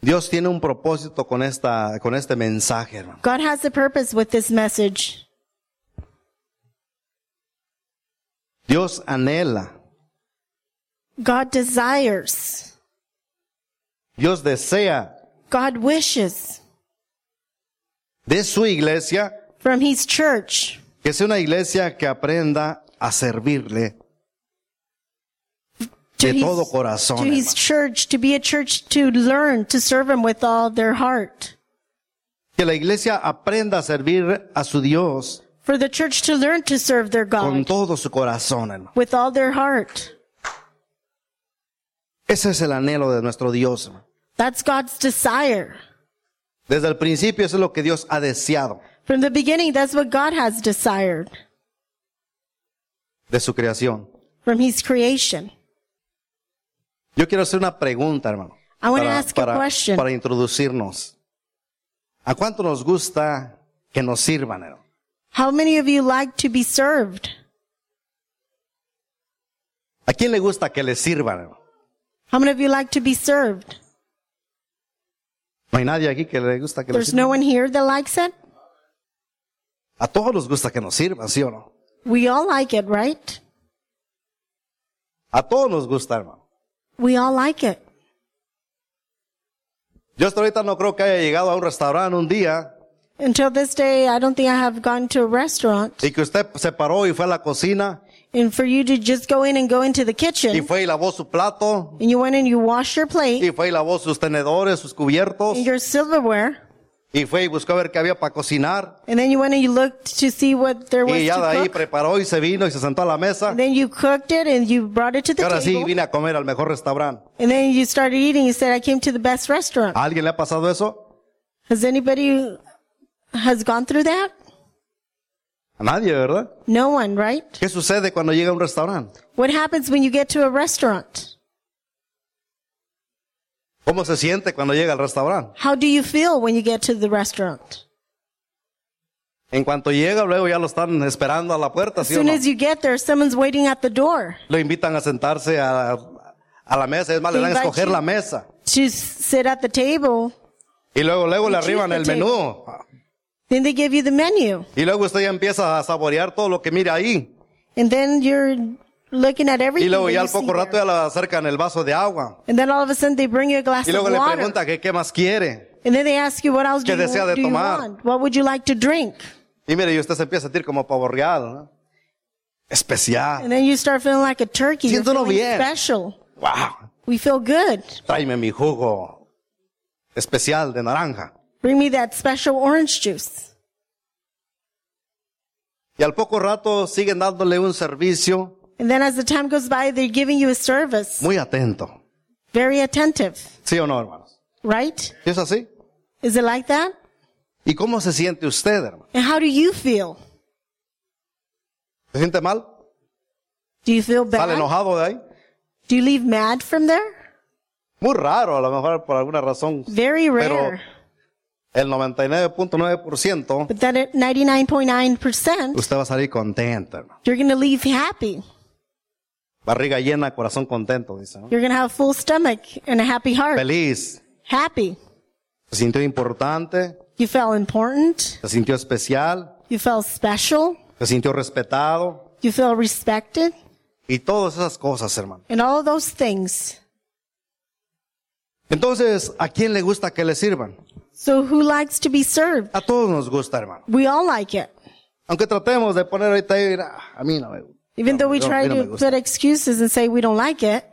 Dios tiene un propósito con esta, con este mensaje, hermano. God has a purpose with this message. Dios anhela, God desires. Dios desea God wishes de su iglesia from his church que sea una iglesia que aprenda a servirle to de his, todo corazón. to hermano. his church to be a church to learn to serve him with all their heart. Que la iglesia aprenda a servir a su Dios For the church to learn to serve their con God todo su corazón. hermano. with all their heart. Ese es el anhelo de nuestro Dios. hermano. That's God's desire. Desde el principio eso es lo que Dios ha deseado From the beginning, that's what God has desired de su creación. from his creation. Yo quiero hacer una pregunta, hermano. I wanna ask a question. para introducirnos. ¿A cuánto nos gusta que nos sirvan, hermano? How many of you like to be served? ¿A quién le gusta que le sirvan, hermano? How many of you like to be served? No hay nadie aquí que le gusta que le There's sirvan. no one here that likes it. A todos nos gusta que nos sirvan, ¿sí o no? We all like it, right? A todos nos gusta, hermano. We all like it. Yo hasta ahorita no creo que haya llegado a un restaurante un día Until this day, I don't think I have gone to a restaurant. y que usted se paró y fue a la cocina And for you to just go in and go into the y kitchen, fue y lavó su plato and you went and you wash your y plate fue y lavó sus tenedores, sus cubiertos and your silverware, y fue y buscó a ver qué había para cocinar and then you went and you looked to see what there was y ya de ahí to cook. preparó y se vino y se sentó a la mesa And then you cooked it and you brought it to y the ahora sí table. vine a comer al mejor restaurante. And then you started eating. You said, I came to the best restaurant. ¿A alguien le ha pasado eso? Has anybody has gone through that? A nadie, ¿verdad? No one, right? ¿Qué sucede cuando llega a un restaurante? What happens when you get to a restaurant? ¿Cómo se siente cuando llega al restaurante? How do you feel when you get to the restaurant? En cuanto llega, luego ya lo están esperando a la puerta, As ¿sí o soon no? as you get there, someone's waiting at the door Lo invitan a sentarse a, a la mesa, es más, le They dan a invite escoger you. la mesa. to s- sit at the table. Y luego, luego le They choose arriban the el table. menú. Then they give you the menu. Y luego usted ya empieza a saborear todo lo que mira ahí. And then you're looking at everything. Y luego that ya you al see poco rato there. ya le acercan el vaso de agua. And then all of a sudden they bring you a glass Y luego of le water. pregunta que qué más quiere. And then they ask you, what else do ¿Qué you, desea de do you tomar? want? What would you like to drink? Y mire, y usted se empieza a sentir como pavorreado. ¿no? And Especial. then you start feeling like a turkey. You're Siento uno feeling bien. special. Wow. We feel good. Tráeme mi jugo especial de naranja. Bring me that special orange juice. Y al poco rato siguen dándole un servicio And then as the time goes by, they're giving you a service. muy atento. Very attentive, ¿Sí o no, hermanos? right? ¿Es así? Is it like that? ¿Y cómo se siente usted, hermano? And how do you feel? ¿Se siente mal? Do you feel ¿Sale bad? enojado de ahí? Do you leave mad from there? Muy raro, a lo mejor por alguna razón. Very Pero rare. el 99.9% But then at 99.9%, usted va a salir contento, hermano. you're going to leave happy. Barriga llena, corazón contento, dice. ¿no? You're going to have a full stomach and a happy heart. Feliz. Happy. Se sintió importante, You felt important. se sintió especial, You felt special. se sintió respetado You felt respected. y todas esas cosas, hermano. And all of those things. Entonces, ¿a quién le gusta que le sirvan? So who likes to be served? A todos nos gusta, hermano. We all like it. Aunque tratemos de poner ahorita ahí, "Ah, a mí no me gusta. Even No, though we yo- try yo no me to gusta. put excuses and say we don't like it,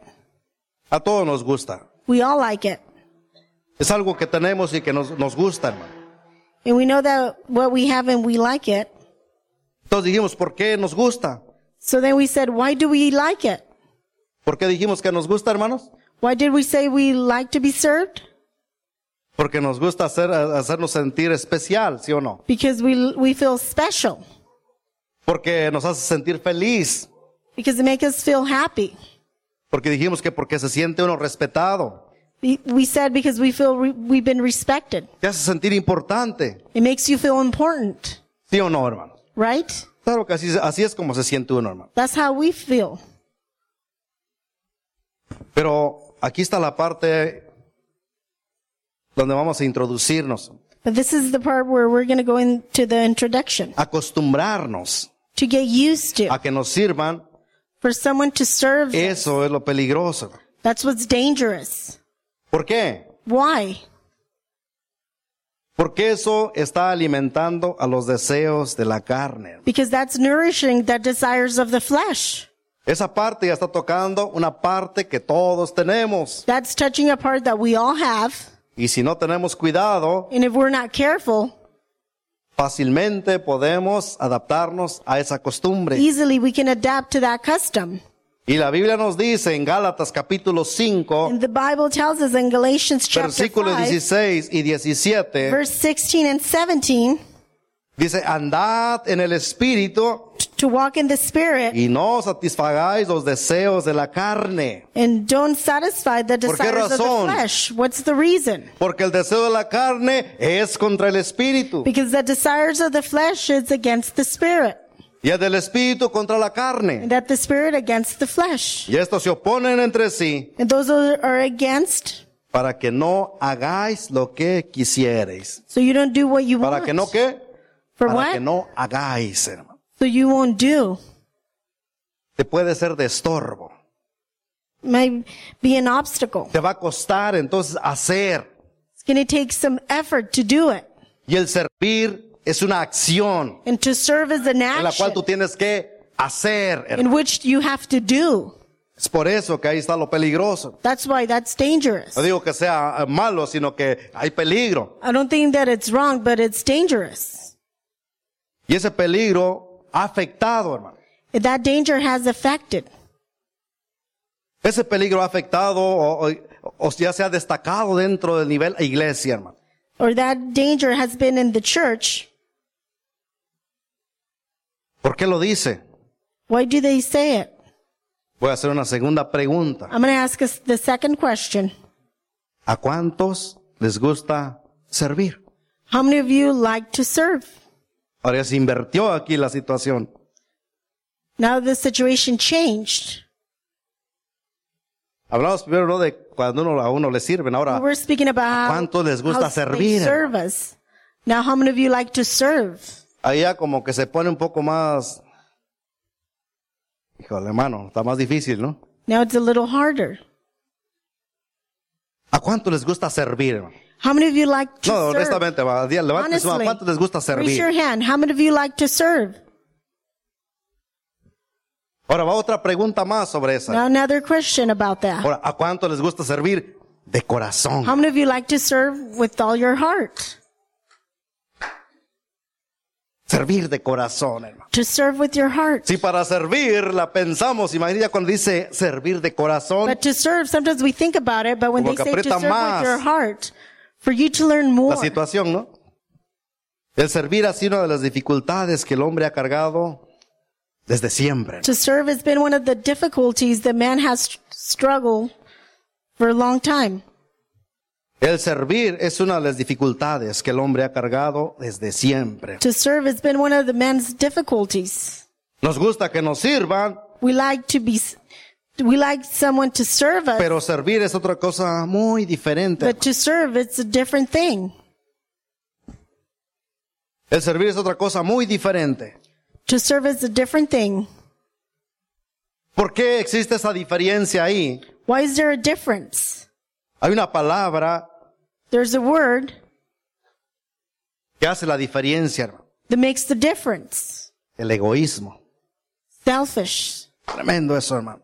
A todos nos gusta. we all like it. Es algo que tenemos y que nos, nos gusta, hermano. And we know that what we have and we like it. Entonces dijimos, ¿por qué nos gusta? So then we said, why do we like it? ¿Por qué dijimos que nos gusta, hermanos? Why did we say we like to be served? Porque nos gusta hacer, hacernos sentir especial, ¿sí o no? Because we, we feel special. Porque nos hace sentir feliz. Because it makes us feel happy. Porque dijimos que porque se siente uno respetado. We, we said because we feel re, we've been respected. Te hace sentir importante. It makes you feel important, ¿Sí o no, hermano? right? Claro que así, es- así es como se siente uno, hermano. That's how we feel. Pero aquí está la parte donde vamos a introducirnos, But this is the part where we're going to go into the introduction acostumbrarnos to get used to a que nos sirvan. for someone to serve. Eso es lo peligroso. That's what's dangerous. ¿Por qué? Why? Porque eso está alimentando a los deseos de la carne. Because that's nourishing the desires of the flesh. Esa parte ya está tocando una parte que todos tenemos. That's touching a part that we all have. Y si no tenemos cuidado, And if we're not careful, fácilmente podemos adaptarnos a esa costumbre. easily we can adapt to that custom. Y la Biblia nos dice en Gálatas capítulo 5, And the Bible tells us in Galatians chapter versículos 5, 16 y 17, verse 16 and 17, dice, andad en el espíritu to walk in the spirit y no satisfagáis los deseos de la carne. and don't satisfy the ¿Por qué desires of the razón? flesh. What's the reason? Porque el deseo de la carne es contra el espíritu Because the desires of the flesh is against the spirit, y el del espíritu contra la carne. and that the spirit against the flesh. Y estos se oponen entre sí And those are are against, para que no hagáis lo que quisierais. so you don't do what you Para want. que no qué? For Para que what? no hagáis, hermano. So you won't do. Te puede ser de estorbo. Might be an obstacle. Te va a costar entonces hacer. It's going to take some effort to do it. Y el servir es una acción And to serve as an en la action cual tú tienes que hacer. hermano. in which you have to do. Es por eso que ahí está lo peligroso. That's why that's dangerous. No digo que sea eh, malo, sino que hay peligro. I don't think that it's wrong, but it's dangerous. Y ese peligro ha afectado, hermano. That danger has affected. Ese peligro ha afectado o, o- o ya se ha destacado dentro del nivel iglesia, hermano. Or that danger has been in the church. ¿Por qué lo dice? Why do they say it? Voy a hacer una segunda pregunta. I'm going to ask us the second question. ¿A cuántos les gusta servir? How many of you like to serve? Ahora ya se invirtió aquí la situación. Now the situation changed. Hablamos primero ¿no? de cuando uno, a uno le sirven. We Ahora, were speaking about how, ¿Cuántos les gusta how they servir? serve us. Now how many of you like to serve? ahí ya como que se pone un poco más... Híjole, hermano, está más difícil, ¿no? Now it's a little harder. ¿A cuántos les gusta servir? hermano? How many of you like to No, serve? honestamente, va, di- levante su mano. ¿A Honestly, cuántos les gusta Raise your servir? hand. How many of you like to serve? Ahora va otra pregunta más sobre esa. Now another question about that. Ahora, ¿a cuántos les gusta servir de corazón? How many of you like to serve with all your heart? Servir de corazón, hermano. To serve with your heart. Si para servir la pensamos, imagínate cuando dice servir de corazón, But to serve, sometimes we think about it, but when Como they que say to aprieta serve más. with your heart, for you to learn more, la situación, ¿no? El servir ha sido una de las dificultades que el hombre ha cargado desde siempre. to serve has been one of the difficulties that man has struggled for a long time. El servir es una de las dificultades que el hombre ha cargado desde siempre. To serve has been one of the man's difficulties. Nos gusta que nos sirvan, We like to be, s- we like someone to serve us, pero servir es otra cosa muy diferente. but to serve, it's a different thing. El servir es otra cosa muy diferente. To serve is a different thing. ¿Por qué existe esa diferencia ahí? Why is there a difference? Hay una palabra There's a word que hace la diferencia, hermano. that makes the difference. El egoísmo. Selfish. Tremendo eso, hermano.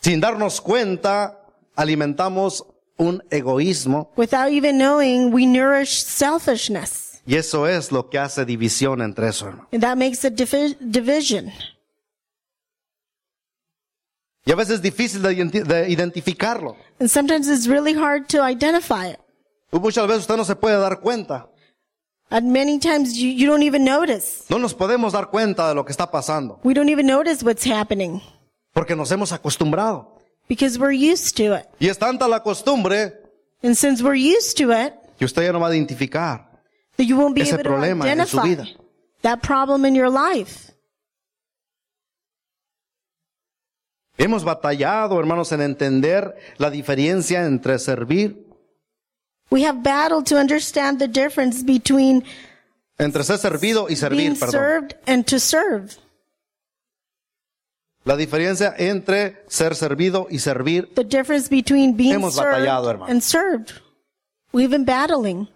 Sin darnos cuenta, alimentamos un egoísmo Without even knowing, we nourish selfishness. y eso es lo que hace división entre eso, hermano. And that makes a divi- division. Y a veces es difícil de, identi- de identificarlo. And sometimes it's really hard to identify it. Pues Muchas veces usted no se puede dar cuenta. And many times you, you don't even notice. No nos podemos dar cuenta de lo que está pasando We don't even notice what's happening porque nos hemos acostumbrado. because we're used to it. Y es tanta la costumbre And since we're used to it, que usted ya no va a identificar. that you won't be Ese able to problema en su identify vida. that problem in your life. Hemos batallado, hermanos, en entender la diferencia entre servir, We have battled to understand the difference between entre ser servido y being servir, perdón. served and to serve. La diferencia entre ser servido y servir. The difference between being Hemos served batallado, hermano. and served. We've been battling.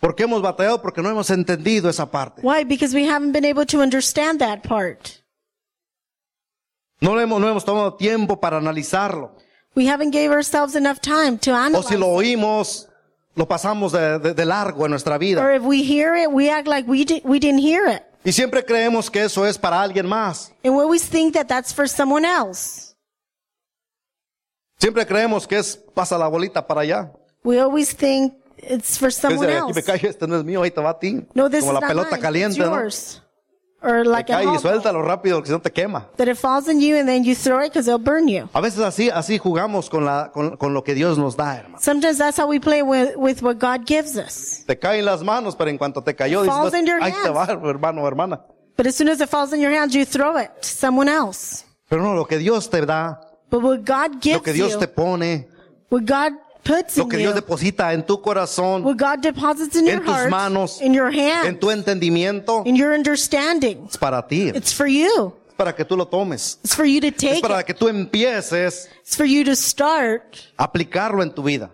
¿Por qué hemos batallado? Porque no hemos entendido esa parte. Why? Because we haven't been able to understand that part. No le hemos, no hemos tomado tiempo para analizarlo. We haven't gave ourselves enough time to O analyze. si Oh, lo oímos, lo pasamos de, de- de largo en nuestra Or vida. if we hear it, we act like we, di- we didn't hear it. Y siempre creemos que eso es para alguien más. And we always think that that's for someone else. Siempre creemos que es pasa la bolita para allá. We always think it's for Es someone de, aquí else. me callo, este no es mío, ahí te va a ti. No, this Como la is not pelota mine. caliente, it's ¿no? yours. Or Te like a cae y hot ball. suéltalo rápido, que si no te quema. that it falls on you and then you throw it because it'll burn you. A veces así, así jugamos con, la, con, con lo que Dios nos da, hermano. Sometimes that's how we play with, with what God gives us. Te caen las manos, pero en cuanto te cayó, dices, Falls "No, in your ahí te va, hands." hermano o hermana. But as soon as it falls in your hands, you throw it to someone else. Pero no, lo que Dios te da, But what God lo gives que Dios you, te pone, what God puts lo in que Dios you, deposita en tu corazón, what God deposits in en your tus heart, manos, in your hand, en tu entendimiento, in your understanding, es para ti, it's for you. es para que tú lo tomes, It's for you to es take para it. que tú empieces It's for you to start, a aplicarlo en tu vida,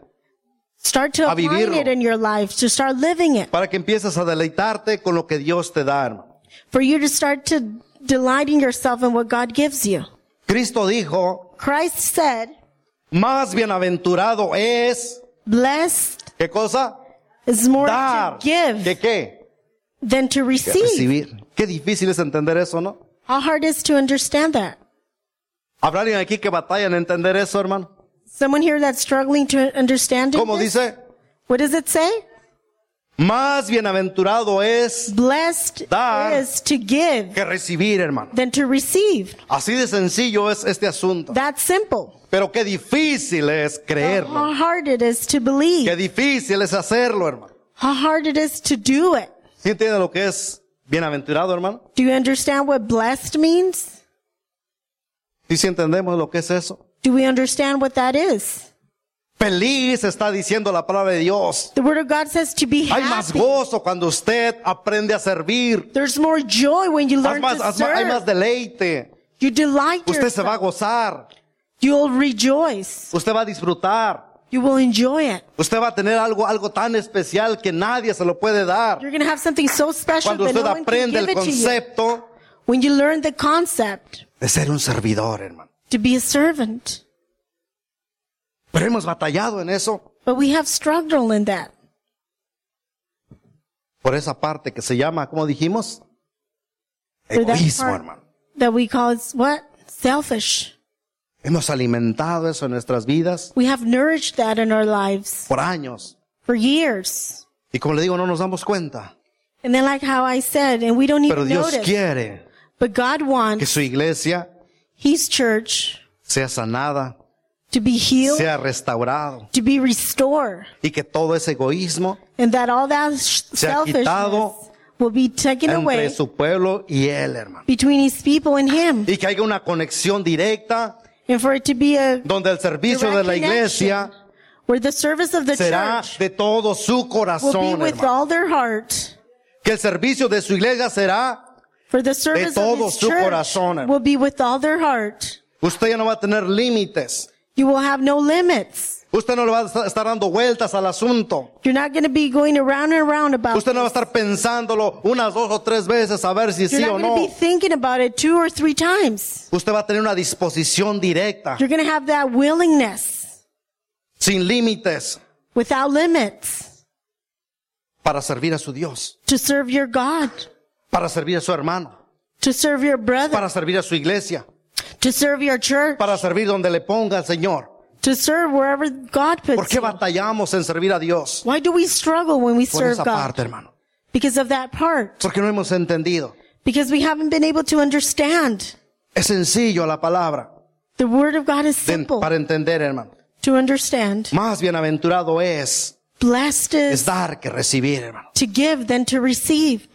start to A apply vivirlo. it in your life, to start living it, para que empieces a deleitarte con lo que Dios te da, hermano. for you to start to delighting yourself in what God gives you. Cristo dijo, Christ said, más bienaventurado es, blessed ¿qué cosa? is more Dar. to give ¿Qué qué? than to Que receive. recibir. Qué difícil es entender eso, ¿no? How hard is to understand that? Habrá alguien aquí que batalla en entender eso, hermano. Someone here that's struggling to understand it. Como dice, What does it say? más bienaventurado es Blessed Dar. is to give que recibir, hermano. than to receive. Así de sencillo es este asunto. That's simple. Pero qué difícil es creerlo. How hard it is to believe. Qué difícil es hacerlo, hermano. How hard it is to do it. ¿Sí entiende lo que es bienaventurado, hermano? Do you understand what blessed means? ¿Sí, sí entendemos lo que es eso? Do we understand what that is? Feliz está diciendo la palabra de Dios. The word of God says to be Hay más happy. gozo cuando usted aprende a servir. There's more joy when you Hay learn más, to haz más- hay más serve. deleite. You delight Usted se va a yourself. gozar. You'll rejoice. Usted va a disfrutar. You will enjoy it. Usted va a tener algo, algo tan especial que nadie se lo puede dar. You're going to have something so special Cuando that usted no one can aprende el give it to you. concepto When you learn the concept de ser un servidor, hermano. to be a servant. Pero hemos batallado en eso, But we have struggled in that. por esa parte que se llama, ¿cómo dijimos? For that Egoísmo, part hermano. That we call it's what? Selfish. Hemos alimentado eso en nuestras vidas We have nourished that in our lives por años. for years. Y como le digo, no nos damos cuenta. And then like how I said, and we don't Pero even Dios notice. quiere But God que wants su iglesia His church sea sanada, to be healed, sea restaurado to be restored. y que todo ese egoísmo And that all that sh- ha quitado selfishness will be taken entre away su pueblo y él, hermano. between His people and Him. Y que haya una conexión directa And for it to be a donde el servicio de la Direct iglesia connection, where the service of the será church de todo su will be corazón, with hermano. all their heart. Que el servicio de su iglesia será, For the service of todo his su church corazón, hermano. will be with all their heart. usted ya no va a tener límites. You will have no limits. Usted no le va a estar- estar dando vueltas al asunto. You're not going to be going around and around about Usted no va a estar pensándolo unas dos o tres veces a ver si You're sí o not no. going to be thinking about it two or three times. Usted va a tener una disposición directa, You're going to have that willingness sin límites, without limits para servir a su Dios, to serve your God, para servir a su hermano, to serve your brother, para servir a su iglesia, to serve your church, para servir donde le ponga el Señor. to serve wherever God ¿Por puts qué you. batallamos en servir a Dios? Why do we struggle when we Por serve esa God? parte, hermano. Because of that part. Porque no hemos entendido. Because we haven't been able to understand. Es sencillo la palabra The word of God is de- simple para entender, hermano. to understand. Más bienaventurado es, Blessed es is dar que recibir, hermano. to give than to receive.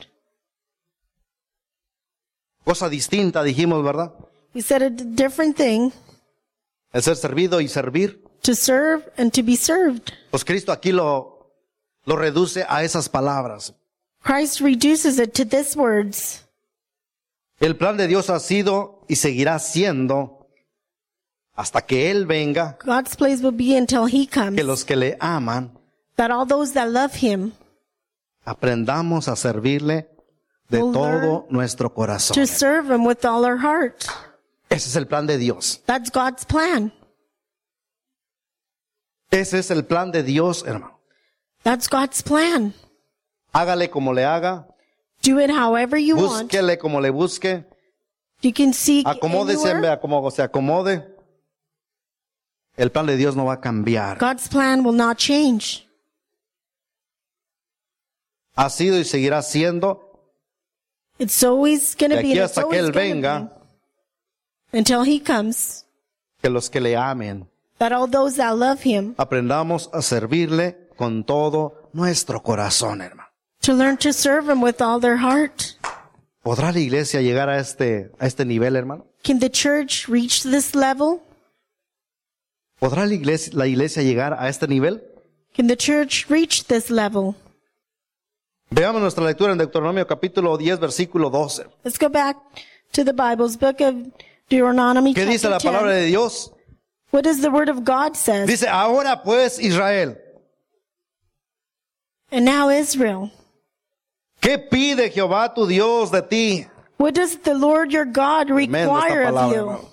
Cosa distinta dijimos, ¿verdad? We said a d- different thing el ser servido y servir. to serve and to be served. Pues Cristo aquí lo, lo reduce a esas palabras. Christ reduces it to this words. El plan de Dios ha sido y seguirá siendo hasta que Él venga, God's place will be until he que comes, los que le aman that all those that love him aprendamos a servirle de Will todo nuestro corazón. to serve him with all our heart. Ese es el plan de Dios. That's God's plan. Ese es el plan de Dios, hermano. That's God's plan. Hágale como le haga, Do it however you want. búsquele como le busque, You can seek acomódese anywhere. a como se acomode. El plan de Dios no va a cambiar. God's plan will not change. Ha sido y seguirá siendo It's always going de to be aquí and it's hasta que always Él gonna venga, be until he comes. que los que le amen That all those that love him aprendamos a servirle con todo nuestro corazón, hermano. to learn to serve him with all their heart. ¿Podrá la iglesia llegar a este, a este nivel, hermano? Can the church reach this level? ¿Podrá la iglesia, la iglesia llegar a este nivel? Can the church reach this level? Veamos nuestra lectura en Deuteronomio capítulo 10, versículo 12. Let's go back to the Bible's book of Deuteronomy ¿Qué dice la chapter 10. palabra de Dios? What does the word of God says? Dice, ahora pues Israel, and now Israel. ¿qué pide Jehová tu Dios de ti? What does the Lord your God Tremenda esta require of palabra, you? hermano.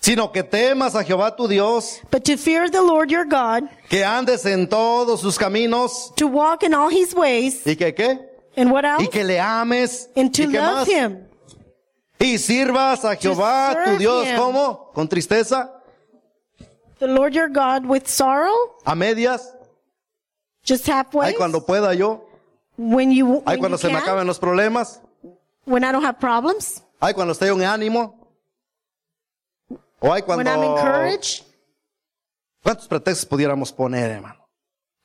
Sino que temas a Jehová tu Dios, But to fear the Lord your God, que andes en todos sus caminos, to walk in all his ways, y que qué? and what else? y que le ames and to y que love más him, y sirvas a Jehová tu serve Dios him. como con tristeza the Lord your God, with sorrow, a medias just halfway. ahí cuando pueda yo when you, Pues, when, ahí you cuando se me can, acaben los problemas when I don't have problems, ahí cuando esté en ánimo o ahí when I'm cuando encouraged, cuántos pretextos pudiéramos poner hermano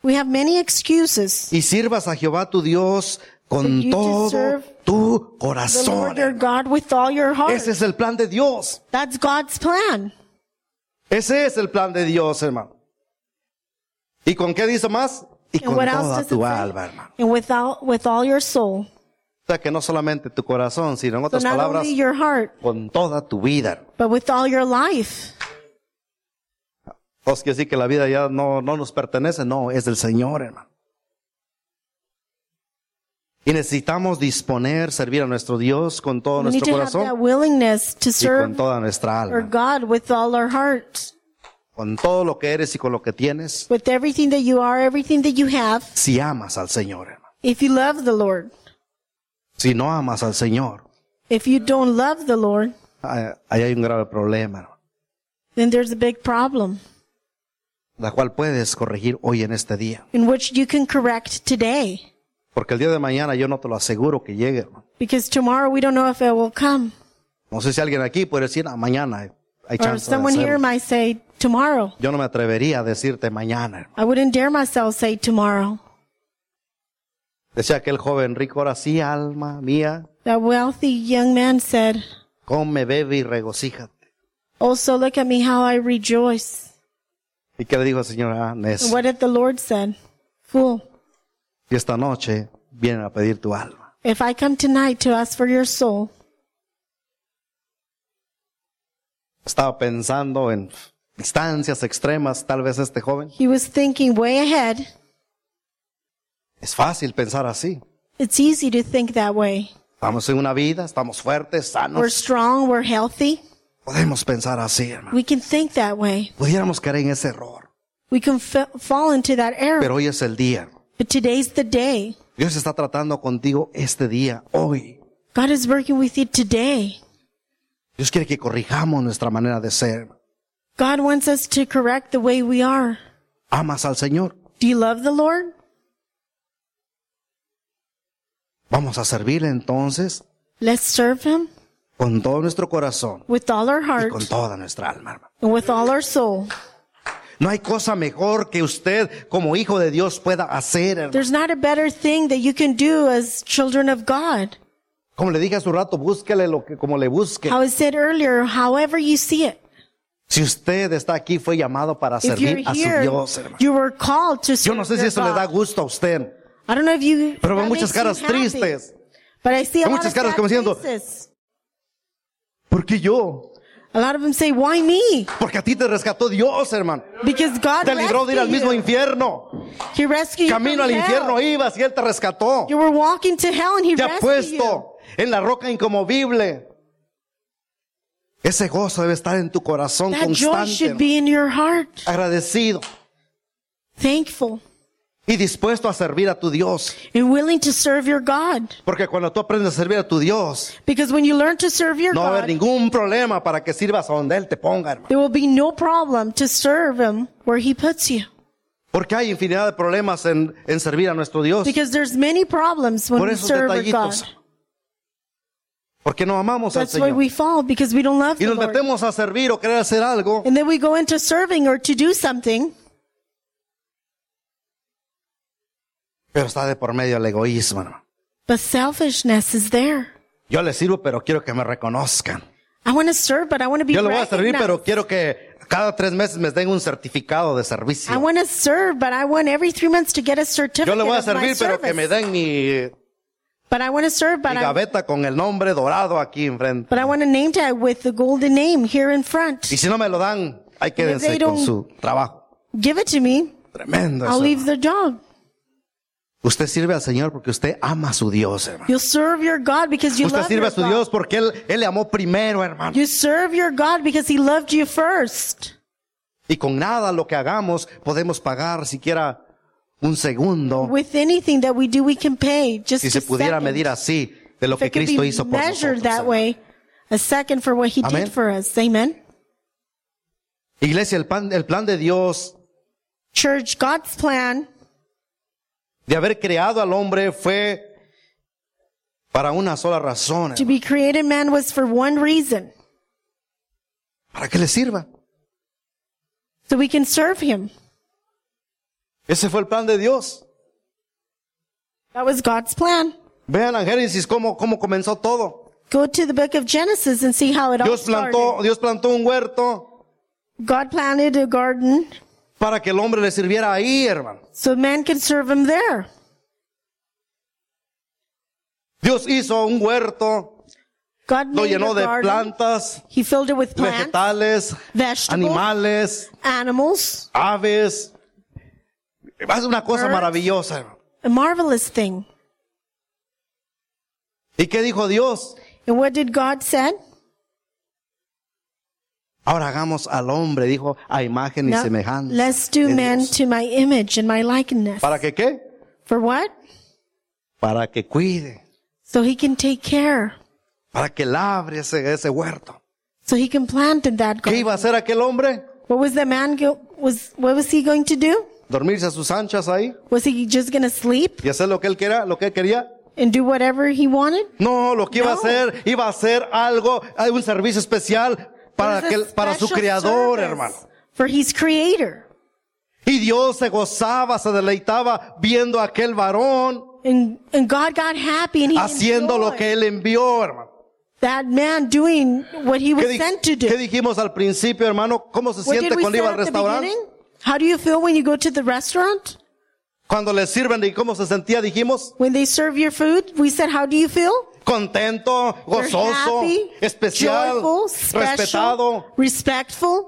we have many excuses. y sirvas a Jehová tu Dios But con you todo deserve tu The Lord corazón your God with all your heart. ese es el plan de Dios That's God's plan. ese es el plan de Dios hermano y con qué dice más y And con what else toda does it tu say? alma hermano And without, with all your soul. O sea, que no solamente tu corazón, sino en So otras not palabras, only your heart, con toda tu vida. but with all your life. Os quiere decir Pues que la vida ya no, no nos pertenece, no, es del Señor, hermano. Y necesitamos disponer, servir a nuestro Dios con todo we need nuestro to have that corazón willingness to y con serve toda nuestra our alma, God with all our heart. con todo lo que eres y con lo que tienes, With everything that you are, everything that you have, si amas al Señor, hermano. if you love the Lord. Si no amas al Señor, If you don't love the Lord, ah, ahí hay un grave problema, hermano, then there's a big problem la cual puedes corregir hoy en este día. in which you can correct today. Porque el día de mañana yo no te lo aseguro que llegue, hermano. Because tomorrow we don't know if it will come. No sé si alguien aquí puede decir, "Ah, mañana hay Or chance de someone here hacerlo". might say, tomorrow. Yo no me atrevería a decirte mañana. hermano. I wouldn't dare myself say tomorrow. Decía aquel joven rico, ahora sí, alma mía, That wealthy young man said, come, bebe y regocíjate. Also look at me how I rejoice. ¿Y qué le dijo el Señor? Ah, And necio, what did the Lord said? Fool, y esta noche vienen a pedir tu alma. if I come tonight to ask for your soul, Estaba pensando en distancias extremas, tal vez este joven. he was thinking way ahead. Es fácil pensar así. It's easy to think that way. Estamos en una vida, estamos fuertes, We're sanos. strong, we're healthy. Podemos pensar así, hermano. We can think that way. Pudiéramos caer en ese error. We can fa- fall into that error. Pero hoy es el día. But today's the day. Dios está tratando contigo este día, hoy. God is working with you today. Dios quiere que corrijamos nuestra manera de ser. God wants us to correct the way we are. ¿Amas al Señor? Do you love the Lord? Vamos a servirle entonces Let's serve Him con todo nuestro corazón with all our y heart con toda nuestra alma. hermano. and with all our soul. No hay cosa mejor que usted como hijo de Dios pueda hacer. hermano. There's not a better thing that you can do as children of God. Como le dije hace un rato, búsquele lo que, como le busque. How I said earlier, however you see it. Si usted está aquí, fue llamado para If you're servir a su here, Dios, hermano. you were called to Yo serve no sé si your eso le da God. gusto a usted, I don't know if you. pero veo that muchas makes you caras happy. tristes. But I see a Veo lot muchas of caras sad como diciendo, faces. ¿Por qué yo? A lot of them say, "Why me?" Porque a ti te rescató Dios, hermano. Because God Te libró de ir al rescued mismo you. infierno. He rescued you Camino from al hell. infierno ibas y Él te rescató. You were walking to hell, and He Te ha rescued you. puesto en la roca incomovible. Ese gozo debe estar en tu corazón That joy should constante, be in your heart, agradecido thankful y dispuesto a servir a tu Dios. and willing to serve your God. Porque cuando tú aprendes a servir a tu Dios, Because when you learn to serve your no va a haber God, ningún problema para que sirvas a donde Él te ponga, hermano. there will be no problem to serve Him where He puts you. Porque hay infinidad de problemas en, en servir a nuestro Dios. Because there's many problems when Por we esos serve our God. detallitos. Porque no amamos al That's why Señor. we fall because we don't love Y the nos Lord. metemos a servir o querer hacer algo And then we go into serving or to do something, Pero está de por medio el egoísmo, hermano. but selfishness is there. Yo le sirvo, pero quiero que me reconozcan. I want to serve, but I want to be Yo le voy a servir, recognized. pero quiero que cada tres meses me den un certificado de I servicio. want to serve, but I want every three months to get a Yo certificate le voy a of my servir, pero que me service. den mi, But I want to serve, mi but I, gaveta con el nombre dorado aquí enfrente. but I want a name tag with the golden name here in Y front. si no me lo dan, ahí quédense they con don't- su trabajo. Give it to me. Tremendo I'll eso. leave the job. Usted sirve al Señor porque usted ama a su Dios, hermano. You'll serve your God because you Usted love sirve your a su God. Dios porque Él, Él le amó primero, hermano. You serve your God because He loved you first. Y con nada lo que hagamos podemos pagar siquiera un segundo With anything that we do, we can pay just si a se pudiera second. medir así de lo If it que could be Cristo hizo por measured nosotros. that way, a second for what He Amén. did for us. Amen. Iglesia, el, pan- el plan de Dios Church, God's plan de haber creado al hombre fue para una sola razón, to hermano, be created man was for one reason. para que le sirva. so we can serve him. Ese fue el plan de Dios. That was God's plan. Vean en Génesis cómo, cómo comenzó todo. Go to the book of Genesis and see how it all Dios plantó, started. Dios plantó un huerto God planted a garden para que el hombre le sirviera ahí, hermano. so man could serve him there. Dios hizo un huerto, God lo made llenó a de garden. plantas, he filled it with plants, vegetales, vegetables, animales, animals. aves. Es una cosa Birds. maravillosa, hermano. A marvelous thing. ¿Y qué dijo Dios? And what did God said? Ahora hagamos al hombre, dijo, a imagen y Now, semejanza. let's do de man Dios. to my image and my likeness. ¿Para que qué? For what? Para que cuide, So he can take care. para que labre ese, ese huerto. So he can plant in that ¿Qué garden. iba a hacer aquel hombre? What was the man go- was? What was he going to do? ¿Dormirse a sus anchas ahí Was he just going to sleep? y hacer lo que él quería, lo que él quería? and do whatever he wanted? No, lo que iba a No. hacer, iba a hacer algo, hay un servicio especial para, There's a aquel, para su special creador, service hermano. For his creator. Y Dios se gozaba, se deleitaba viendo a aquel varón And, and God got happy and he haciendo lo enjoyed que él envió, hermano. that man doing what he was ¿Qué, di- sent to qué do. dijimos al principio, hermano? ¿Cómo se What siente did we cuando say iba al at the restaurante? beginning? How do you feel when you go to the restaurant? Cuando le sirven y cómo se sentía, dijimos, When they serve your food? We said, how do you feel? contento, You're gozoso, happy, especial, joyful, special, respetado. respectful,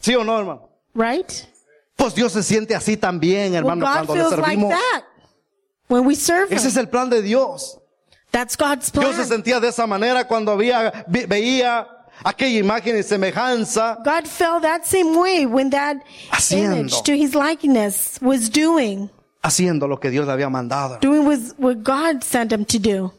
¿Sí o no, hermano? right? Pues Dios se siente así también, hermano, well, God cuando le feels like servimos. that when we serve him. Ese es el plan de Dios. That's God's Dios se plan. sentía de esa manera cuando había, vi- veía aquella imagen y semejanza. God felt that same way when that Haciendo. image to his likeness was doing, Haciendo lo que Dios le había mandado. doing was what God sent him to do.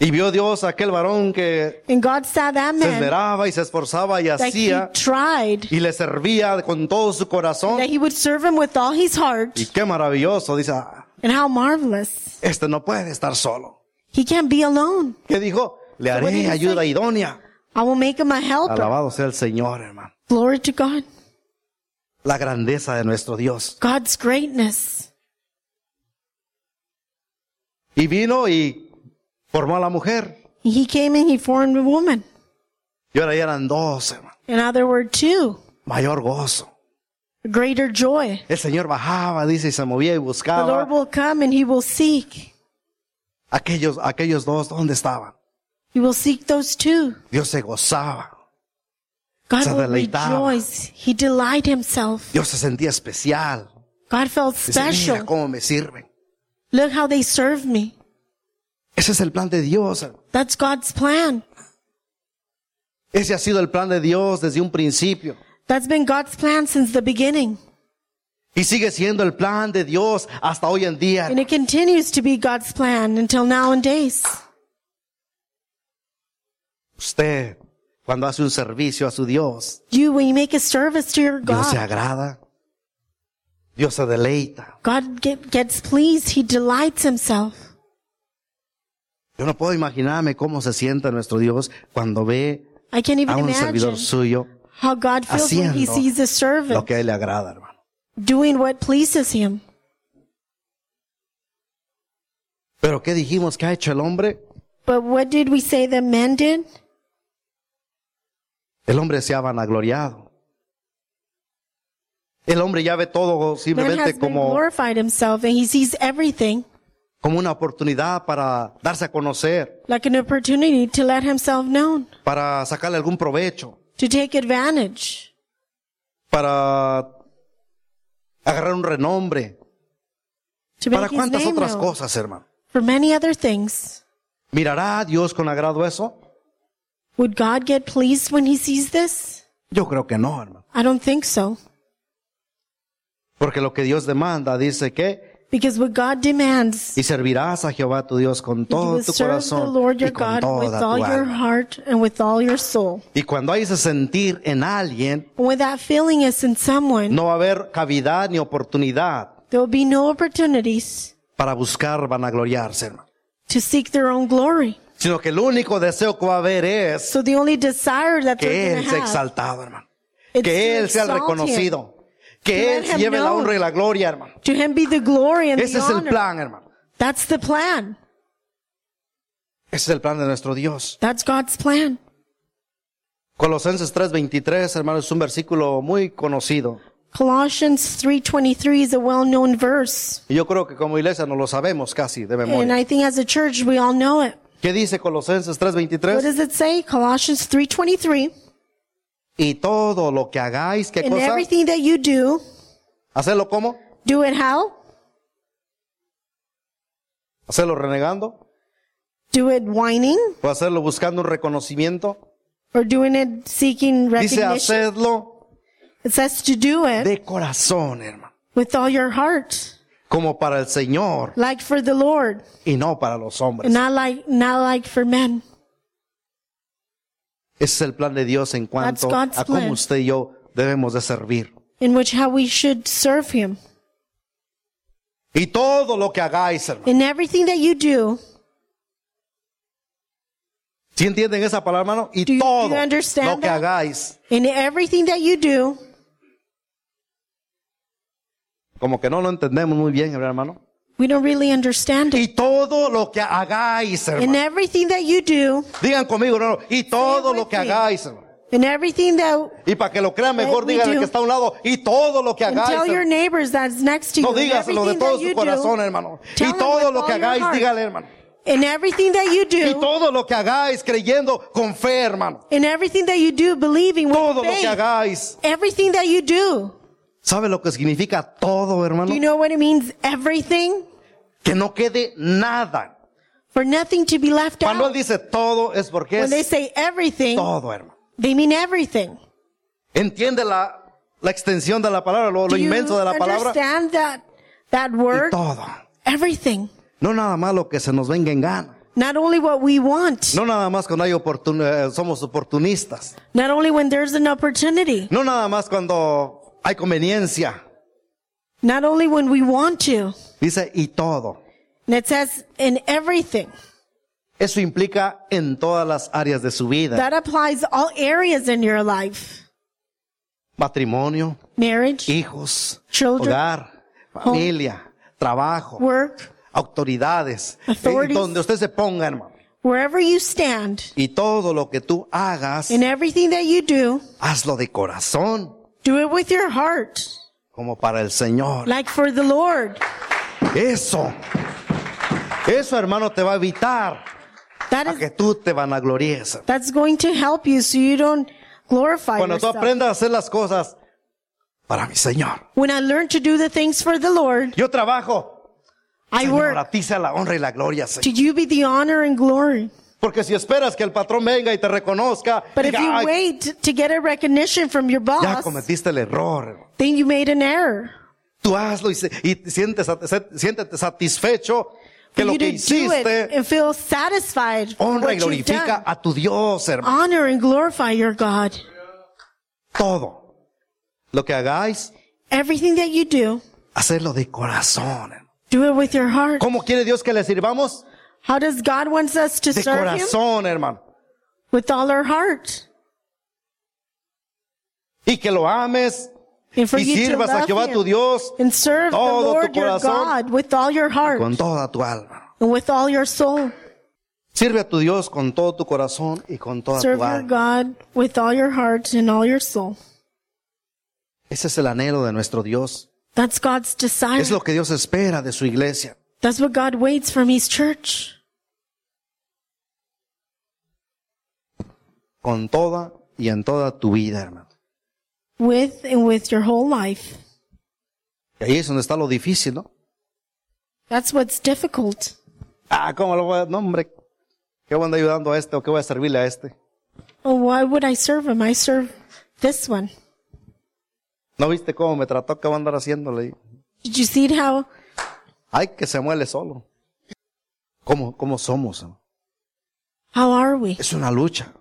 Y vio Dios a aquel varón que And God saw that se man esmeraba y se esforzaba y that he hacía tried, y le servía con todo su corazón. that he would serve him with all his heart, Y qué maravilloso, dice, "Ah, and how marvelous. este no puede estar solo. He can't be alone. ¿Qué dijo? Le what did haré he ayuda say? idónea. I will make him a helper. Alabado sea el Señor, hermano. Glory to God. La grandeza de nuestro Dios. God's greatness. Y vino y Formó a la mujer. He came and he formed a woman. Y ahora ya eran dos, hermano. In other words, two. Mayor gozo. Greater joy. El Señor bajaba, dice, y se movía y The buscaba. Lord will come and he will seek. Aquellos, aquellos dos, ¿dónde estaban? He will seek those two. Dios se gozaba. God Se will deleitaba. rejoice. He delight himself. Dios se sentía especial. God felt Dice, mira special. cómo me sirven. Look how they serve me. Ese es el plan de Dios. hermano. That's God's plan. Ese ha sido el plan de Dios desde un principio. That's been God's plan since the beginning. Y sigue siendo el plan de Dios hasta hoy en día. And it continues to be God's plan until nowadays. Usted, cuando hace un servicio a su Dios, You, when you make a service to your Dios se God, agrada. Dios se deleita. God get, gets pleased. He delights himself. Yo no puedo imaginarme cómo se sienta nuestro Dios cuando ve I can't a even un servidor imagine suyo how God feels when he haciendo sees a lo servant que a él le agrada, hermano. doing what pleases him. Pero ¿qué dijimos que ha hecho el hombre? But what did we say the men did? El hombre se ha vanagloriado. El hombre ya ve todo Man has simplemente been como, glorified himself and he sees everything como una oportunidad para darse a conocer, like an opportunity to let himself known, para sacarle algún provecho, to take advantage, para agarrar un renombre, to para make his cuántas name otras known, cosas, hermano. for many other things. ¿Mirará a Dios con agrado eso? Would God get pleased when he sees this? Yo creo que no, hermano. I don't think so. Porque lo que Dios demanda dice que, Because what God demands, y servirás a Jehová tu Dios con you todo will tu serve the corazón Lord your y con God with toda all tu your alma. heart and with all your soul. Y cuando hay ese sentir en alguien, And when that feeling is in someone, no va a haber cavidad ni oportunidad there will be no opportunities para buscar vanagloriarse, hermano. to seek their own glory. Sino que el único deseo que va a haber es So the only desire that que Él they're going to sea have exaltado, hermano. is Que to Él sea el exalt him. reconocido. Que Let Él se him lleve la know. honra y la gloria, hermano. To him be the glory and Ese the es el honor. plan, hermano. That's the plan. Ese es el plan de nuestro Dios. That's God's plan. Colosenses 3:23, hermano, es un versículo muy conocido. Colossians 3:23 is a well-known verse, Y yo creo que como iglesia no lo sabemos casi de and memoria. I think as a church we all know it. ¿Qué dice Colosenses What 3:23? does it say? Colossians 3:23. Y todo lo que hagáis, ¿qué And cosa? everything that you do, ¿Hacerlo cómo? do it how? ¿Hacerlo renegando? Do it whining ¿O hacerlo buscando un reconocimiento? or doing it seeking Dice recognition. ¿Eh? hacerlo It says to do it de corazón, hermano. with all your heart, Como para el Señor like for the Lord, y no para los and hombres. not like not like for men. Ese es el plan de Dios en cuanto God's a cómo plan. usted y yo debemos de servir. in which how we should serve him. Y todo lo que hagáis, hermano. In everything that you do, ¿Sí entienden esa palabra, hermano? Y Do you- do todo you understand lo que that? hagáis. in everything that you do, Como que no lo entendemos muy bien, ¿verdad, hermano. we don't really understand it. Y todo lo que hagáis, In hermano. everything that you do, Digan conmigo, hermano. Y todo with lo que me. hagáis, hermano. in everything that Y para que lo crean mejor, Let me digan al do. que está a un lado. Y todo lo que and hagáis, tell your hermano. neighbors that's next to you. No in dígaselo de everything todo that su you corazón, do, hermano. Tell Y them todo with lo que all your hagáis, heart. dígale, hermano. in everything that you Y do, todo lo que hagáis creyendo con fe, hermano. in everything that you do, believing Todo with lo que faith, hagáis. everything that you do. ¿Sabe lo que significa todo, hermano? Do you know what it means? Everything Que no quede nada. for nothing to be left Cuando él out. dice todo es porque When they es say everything, todo, hermano. they mean everything. Entiende la, la extensión de la palabra, lo, lo Do you inmenso de la palabra. understand that that word? Y todo. Everything. No nada más lo que se nos venga en gana. Not only what we want, No nada más cuando hay oportun- eh, somos oportunistas. not only when there's an opportunity, No nada más cuando hay conveniencia. not only when we want to. Dice, y todo. And it says in everything. Eso implica en todas las áreas de su vida. That applies all areas in your life. Matrimonio, Marriage, hijos, Children. hogar, familia, trabajo, work, autoridades. eh, Authorities. donde usted se ponga, hermano. wherever you stand, Y todo lo que tú hagas, in everything that you do, hazlo de corazón, do it with your heart, como para el Señor. like for the Lord. Eso, eso hermano te va a evitar That a is, que tú te vanaglories. that's going to help you so you don't glorify Cuando tú yourself. aprendas a hacer las cosas para mi Señor. When I learn to do the things for the Lord, Yo trabajo. I Señor, work. a ti sea la honra y la gloria, Señor. To you be the honor and glory. Porque si esperas que el patrón venga y te reconozca, But if diga, you "Ay, wait to get a recognition from your ya boss, cometiste el error. then you made an error. Tú hazlo y, se- y sientes, sat- se- siéntete satisfecho que For lo you que to do it hiciste and feel satisfied for honra y what you've glorifica done. a tu Dios, hermano. Honor and glorify your God. Todo lo que hagáis, Everything that you do, hacerlo de corazón. hermano. do it with your heart. ¿Cómo quiere Dios que le sirvamos? How does God wants us to De serve Him? corazón, hermano. With all our heart. Y que lo ames And for y you to sirvas a love Jehová tu Him. Dios And serve the todo tu Lord your corazón God with all your heart con toda tu alma. and with all your soul. Sirve a tu Dios con todo tu corazón y con toda Serve tu your alma. God with all your heart and all your soul. Ese es el anhelo de nuestro Dios. That's God's desire. Es lo que Dios espera de su iglesia. That's what God waits from His church Con toda y en toda tu vida, hermano. with and with your whole life. Y ahí es donde está lo difícil, ¿no? That's what's difficult. Ah, ¿cómo lo voy a... No, hombre. ¿Qué voy a andar ayudando a este o qué voy a servirle a este? Oh, why would I serve Him? I serve this one. ¿No viste cómo me trató? ¿Qué voy a andar haciéndole? Did you see how? Ay, que se muele solo. ¿Cómo, cómo somos? hermano? How are we? Es una lucha.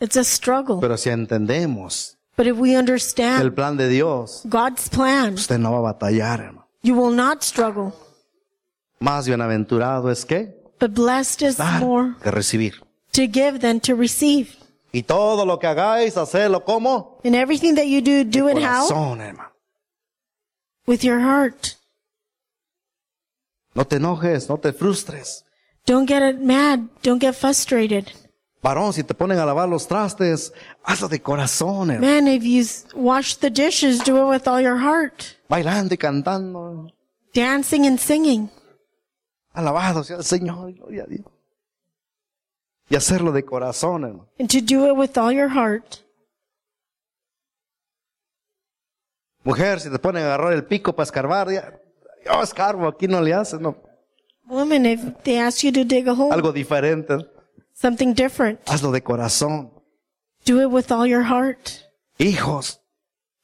It's a struggle. Pero si entendemos But if we understand el plan de Dios, God's plan, usted no va a batallar, hermano. you will not struggle. Más bienaventurado es que But blessed is dar more que recibir. to give than to receive. Y todo lo que hagáis, hacedlo como And everything that you do, do it how? corazón, hermano. With your heart. No te enojes, no te frustres. Don't get it mad. Don't get frustrated. Varón, si te ponen a lavar los trastes, hazlo de corazón, hermano. Man, if you s- wash the dishes, do it with all your heart. Bailando y cantando, Dancing and singing. alabado sea el Señor, gloria a Dios. Y hacerlo de corazón, hermano. And to do it with all your heart. Mujer, si te ponen a agarrar el pico para escarbar, ya, yo escarbo, aquí no le haces, no. Woman, if they ask you to dig a hole, Algo diferente. ¿no? something different, Hazlo de corazón. do it with all your heart. Hijos,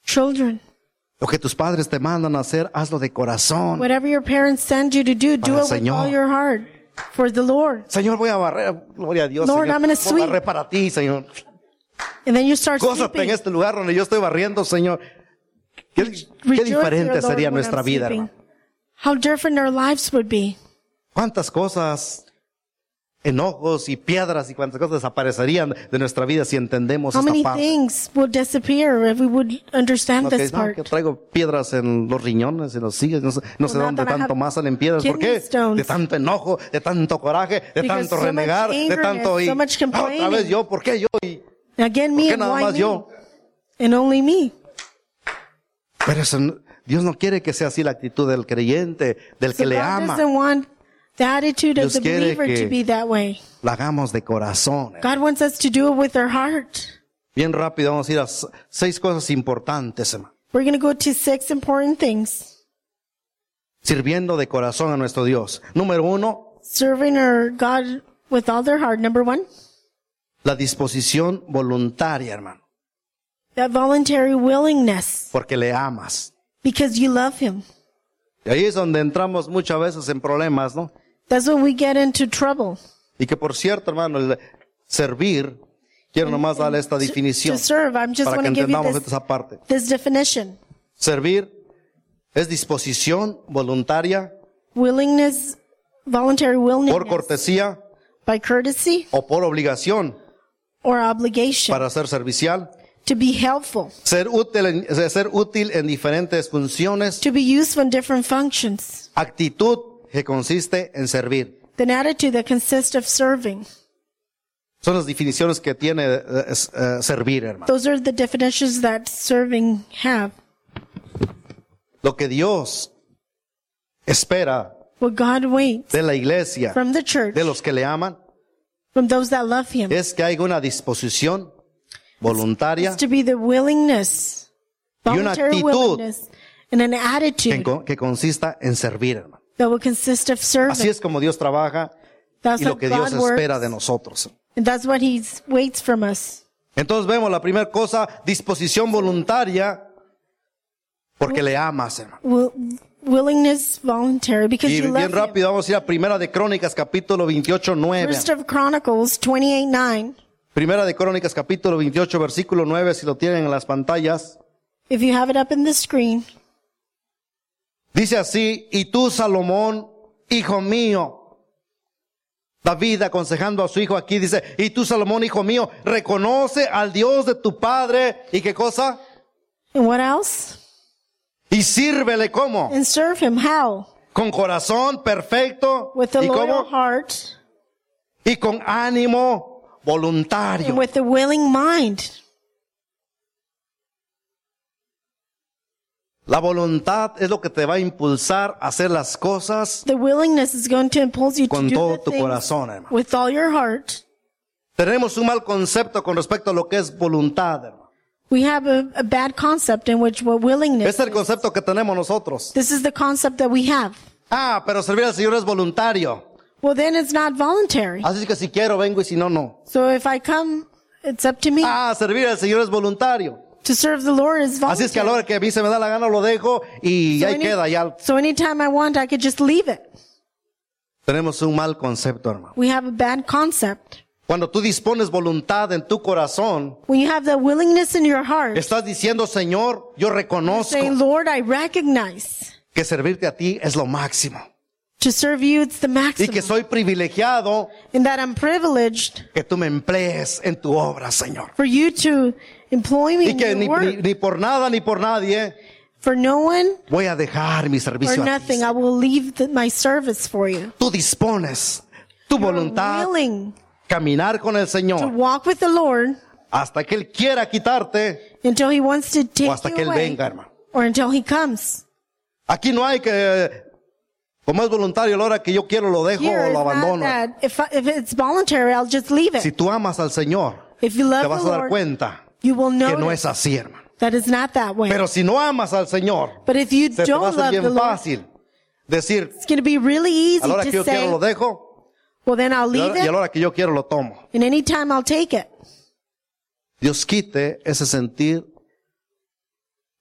Children, lo que tus padres te mandan a hacer, hazlo de corazón. whatever your parents send you to do, Para el do it with all Señor. your heart. For the Lord. Señor, voy a barrer, gloria a Dios. Lord, Señor. I'm gonna Voy sweep. a barrer para ti, Señor. And then you start Gózate en sleeping. este lugar donde yo estoy barriendo, Señor. Qué, qué Rejoice, diferente dear Lord, sería when nuestra I'm vida, sleeping. hermano. How different our lives would be. ¿Cuántas cosas, enojos y piedras y cuántas cosas desaparecerían de nuestra vida si entendemos How esta many parte? things would disappear if we would understand No, que, this no, part? que traigo piedras en los riñones, en los sillas, no sé, no sé Well, dónde now that I tanto have más salen piedras. ¿Por kidney qué? stones. De tanto enojo, de tanto coraje, de Because tanto so much renegar, de anger tanto and y so much "Ah, otra vez complaining". yo, ¿por qué yo? ¿Y Again, por me qué and nada why más me? yo? And only me. Pero eso no- Dios no quiere que sea así la actitud del creyente, del que So le God ama. doesn't want the attitude Dios of the quiere believer que- to be that way. La hagamos de corazón. God wants us to do it with our heart. Bien rápido vamos a ir a s- seis cosas importantes, hermano. We're going to go to six important things. Sirviendo de corazón a nuestro Dios. Número uno, Serving our God with all their heart. Number one, la disposición voluntaria, hermano. that voluntary willingness Porque le amas. because you love him. Y ahí es donde entramos muchas veces en problemas, ¿no? That's when we get into trouble. Y que por cierto, hermano, el servir, quiero nomás darle esta definición To serve, I'm just para want que to give you entendamos this, esta parte. this definition. Servir es disposición voluntaria Willingness, voluntary por willingness cortesía by courtesy o por obligación or obligation para ser servicial, to be helpful, ser útil en, ser útil en diferentes funciones, to be useful in different functions. actitud que consiste en servir. An attitude that consists of serving. Son las definiciones que tiene eh, es, eh, servir, hermano. Those are the definitions that serving have. Lo que Dios espera What God waits de la iglesia, from the church, de los que le aman, from those that love Him, es que haya una disposición voluntaria is to be the willingness, Y una voluntary actitud. willingness, and an que, attitude con- que consista en servir, hermano. that will consist of Así serving. es como Dios trabaja That's y lo what que Dios God works, espera de nosotros. and that's what He waits from us. Entonces vemos la primera cosa, disposición voluntaria, porque le amas, hermano. Will, willingness, voluntary, because Y you bien love Him. rápido vamos a ir a Primera de Crónicas, capítulo 28, 9. First of Chronicles 28, 9. Primera de Crónicas, capítulo 28, versículo 9, si lo tienen en las pantallas. If you have it up in the screen, Dice así, y tú, Salomón, hijo mío, David aconsejando a su hijo aquí, dice, y tú, Salomón, hijo mío, reconoce al Dios de tu padre, y qué cosa, and what else? y sírvele como, And serve Him. How? con corazón perfecto, With a y loyal cómo, heart y con ánimo voluntario. and with a willing mind. La voluntad es lo que te va a impulsar a hacer las cosas. The willingness is going to impulse you Con to do todo the tu things corazón, hermano. with all your heart. Tenemos un mal concepto con respecto a lo que es voluntad. hermano. We have a, a bad concept in which what willingness. Es el concepto que tenemos nosotros. This is the concept that we have. Ah, pero servir al Señor es voluntario. Well, then it's not voluntary. Así que si quiero vengo y si no, no. So if I come, it's up to me Ah, servir al Señor es voluntario. to serve the Lord is Así es que a la voluntary. hora que a mí se me da la gana lo dejo y So ahí any- queda. Ya so anytime I want, I could just leave it. tenemos un mal concepto, hermano. We have a bad concept. Cuando tú dispones voluntad en tu corazón, When you have that willingness in your heart, estás diciendo, Señor, yo reconozco say, Lord, I recognize que servirte a ti es lo máximo. to serve you, it's the y maximum. que soy privilegiado and that I'm privileged que tú me emplees en tu obra, Señor. for you to employ me Y in que your ni, work. ni- ni por nada ni por nadie for no one voy a dejar mi or servicio a ti. nothing, I will leave the, my service for you. Tú dispones tu voluntad, willing caminar con el to Señor walk with the Lord hasta que Él quiera quitarte until He wants to take o hasta you que Él away, venga, hermano. or until He comes. Aquí no hay que, como es voluntario, a la hora que yo quiero lo dejo Here o is Oh, lo not abandono. that. If, I, if it's voluntary, I'll just leave it. Si tú amas al Señor, if you te love vas the a dar Lord, cuenta you will que know no es así, hermano. that it's not that way. Pero si no amas al Señor, but if you se te va a don't hacer love the bien Lord, fácil decir, it's going to be really easy A la hora to que yo say, quiero lo dejo well, then I'll y a leave la- y a it, la hora que yo quiero lo tomo. and any time I'll take it. Dios quite ese sentir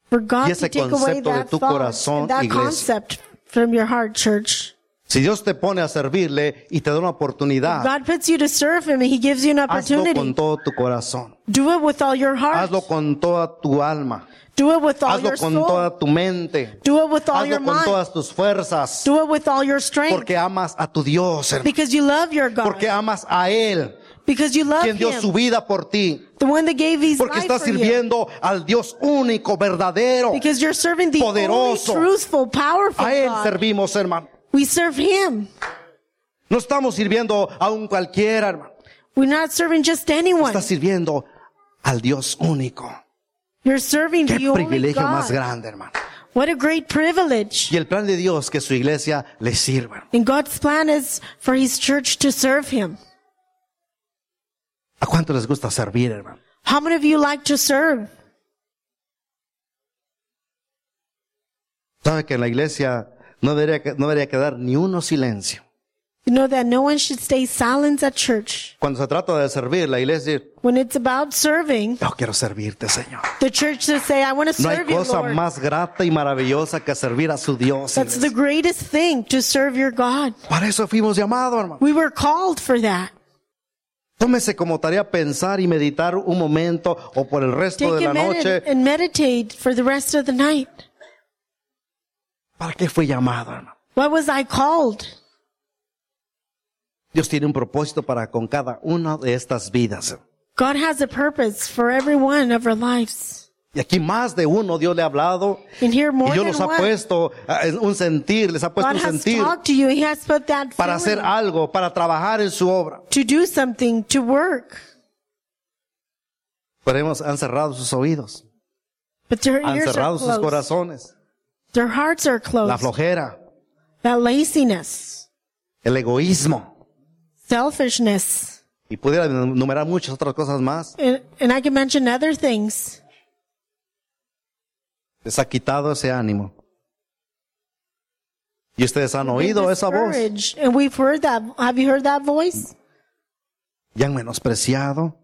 For God Y ese to take away concepto de that tu thought, corazón, that iglesia. concept from your heart, church. si Dios te pone a servirle y te da una oportunidad, God puts you to serve Him and He gives you an Ah. hazlo con opportunity. todo tu corazón, Do it with all your heart. hazlo con toda tu alma, Do it with all hazlo your con soul. toda tu mente, Do it with all your hazlo con mind. todas tus fuerzas, Do it with all your strength. porque amas a tu Dios, hermano, Because you love your porque God. amas a Él, Because you love quien dio su Him. vida por ti, The one that gave His porque life estás for you. sirviendo al Dios único, verdadero. Because you're serving the only Poderoso. truthful, powerful A Él God. servimos, hermano. We serve Him. No estamos sirviendo a un cualquiera, hermano. We're not serving just anyone. Estás sirviendo al Dios único. You're serving Qué the only privilegio más God. grande, hermano. What a great privilege. Y el plan de Dios que su iglesia le sirva. And God's plan is for His church to serve Him. ¿A cuánto les gusta servir, hermano? How many of you like to serve? Sabe que en la iglesia no debería, que- no debería quedar ni uno silencio. You know that no one should stay silent at church. Cuando se trata de servir, la iglesia dice, When it's about serving, yo quiero servirte, Señor. the church should say, I want to No hay serve you, cosa Lord. más grata y maravillosa que servir a su Dios. That's the iglesia. greatest thing, to serve your God. Para eso fuimos llamados, hermano. We were called for that. Tómese como tarea pensar y meditar un momento o por el resto Take de la a noche. minute and meditate for the rest of the night. ¿Para qué fue llamado, hermano? Why was I called? Dios tiene un propósito para con cada una de estas vidas. God has a purpose for every one of our lives. Y aquí más de uno Dios le ha hablado. And here more Y Dios than los ha one, puesto ah, en un sentir, les ha puesto God un has sentir talked to you. He has put that para hacer feeling algo, para trabajar en su obra. to do something, to work. Pero hemos, han cerrado sus oídos, But their han ears are cerrado sus closed. corazones, Their hearts are la closed. flojera, That laziness, el egoísmo. selfishness. Y pudiera enumerar muchas otras cosas más. And, and I can mention other things. Les ha quitado ese ánimo. Y ustedes han Been oído esa voz discouraged. And we've heard that. Have you heard that voice? y han menospreciado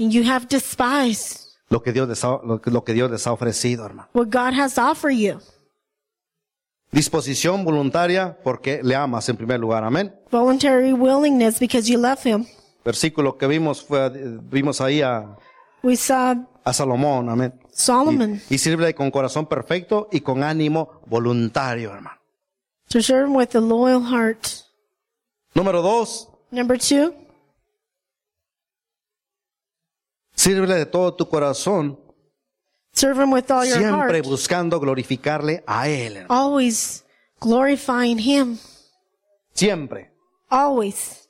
And you have despised lo que Dios les ha, lo que- lo que Dios les ha ofrecido, hermano. what God has offered you. Disposición voluntaria porque le amas en primer lugar. Amén. Voluntary willingness because you love Him. Versículo que vimos fue, vimos ahí a, We saw a Salomón. Amén. Solomon Y, y sirve con corazón perfecto y con ánimo voluntario, hermano. to serve him with a loyal heart. Número dos, Number two, sírvele de todo tu corazón, serve him with all your siempre heart. buscando glorificarle a Él, hermano. Always glorifying him. Siempre. Always.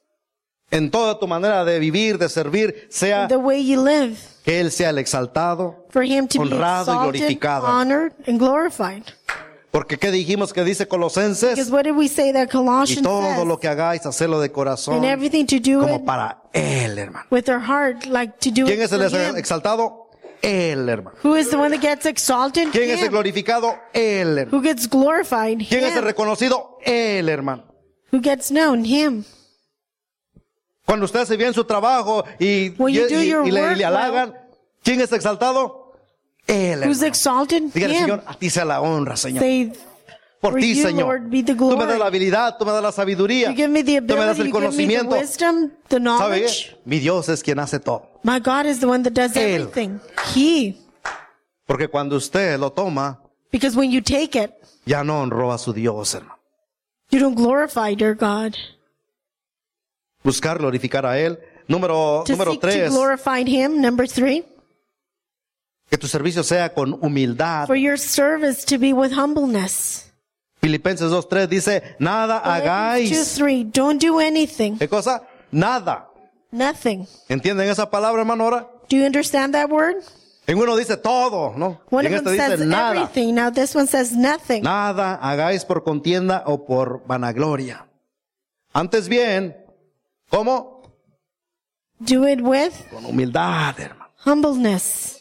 En toda tu manera de vivir, de servir, sea The way you live. que Él sea el exaltado. For him to be Honrado y exalted, glorificado. honored, and glorified. Porque ¿qué dijimos que dice Because Colosenses? what did we say that Y Colossians todo says? lo que hagáis, hacedlo de corazón, and everything to do como it para Él, hermano. with our heart, like to do ¿Quién it es el for him. exaltado? Él, hermano. Who is the one that gets exalted? ¿Quién es el Him. glorificado? Él, hermano. Who gets glorified? ¿Quién es el Him. reconocido? Él, hermano. Who gets known? Him. Cuando usted hace bien su trabajo y, When y, you do y- your y le, work le halagan, ¿quién es exaltado? Él. Who's hermano. exalted? Dígale, him. Señor, a ti sea la honra, Señor. Say, Por for ti, you, Señor. Lord, be the Tú me das glory. la habilidad, tú me das la sabiduría, you give me the tú me das ability, el you give me the conocimiento. wisdom, the ¿Sabe? knowledge. qué? Mi Dios es quien hace todo. My God is the one that does Él. everything. He. Porque cuando usted lo toma, Because when you take it, ya no honró a su Dios, hermano. you don't glorify your God. Buscar glorificar a Él. Número, To número seek to tres, glorify Him. Number three, que tu servicio sea con humildad. for your service to be with humbleness. Filipenses 2.3 dice, nada Philippians Two, hagáis. three. Don't do anything, ¿Qué cosa? Nada. nothing. ¿Entienden esa palabra, hermano? Ahora, Do you understand that word? en uno dice todo, ¿no? One en of este them dice says nada. everything. Now this one says nothing. Nada hagáis por contienda o por vanagloria. Antes bien, ¿cómo? Do it with Con humildad, hermano. humbleness.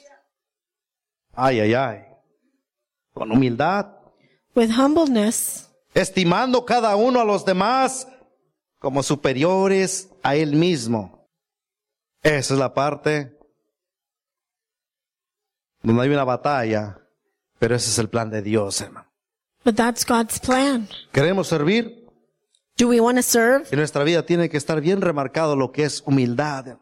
Ay, ay, ay. Con humildad. With humbleness, Estimando cada uno a los demás como superiores a él mismo. Esa es la parte donde hay una batalla, pero ese es el plan de Dios, hermano. but that's God's plan. Queremos servir, Do we want to serve? En nuestra vida tiene que estar bien remarcado lo que es humildad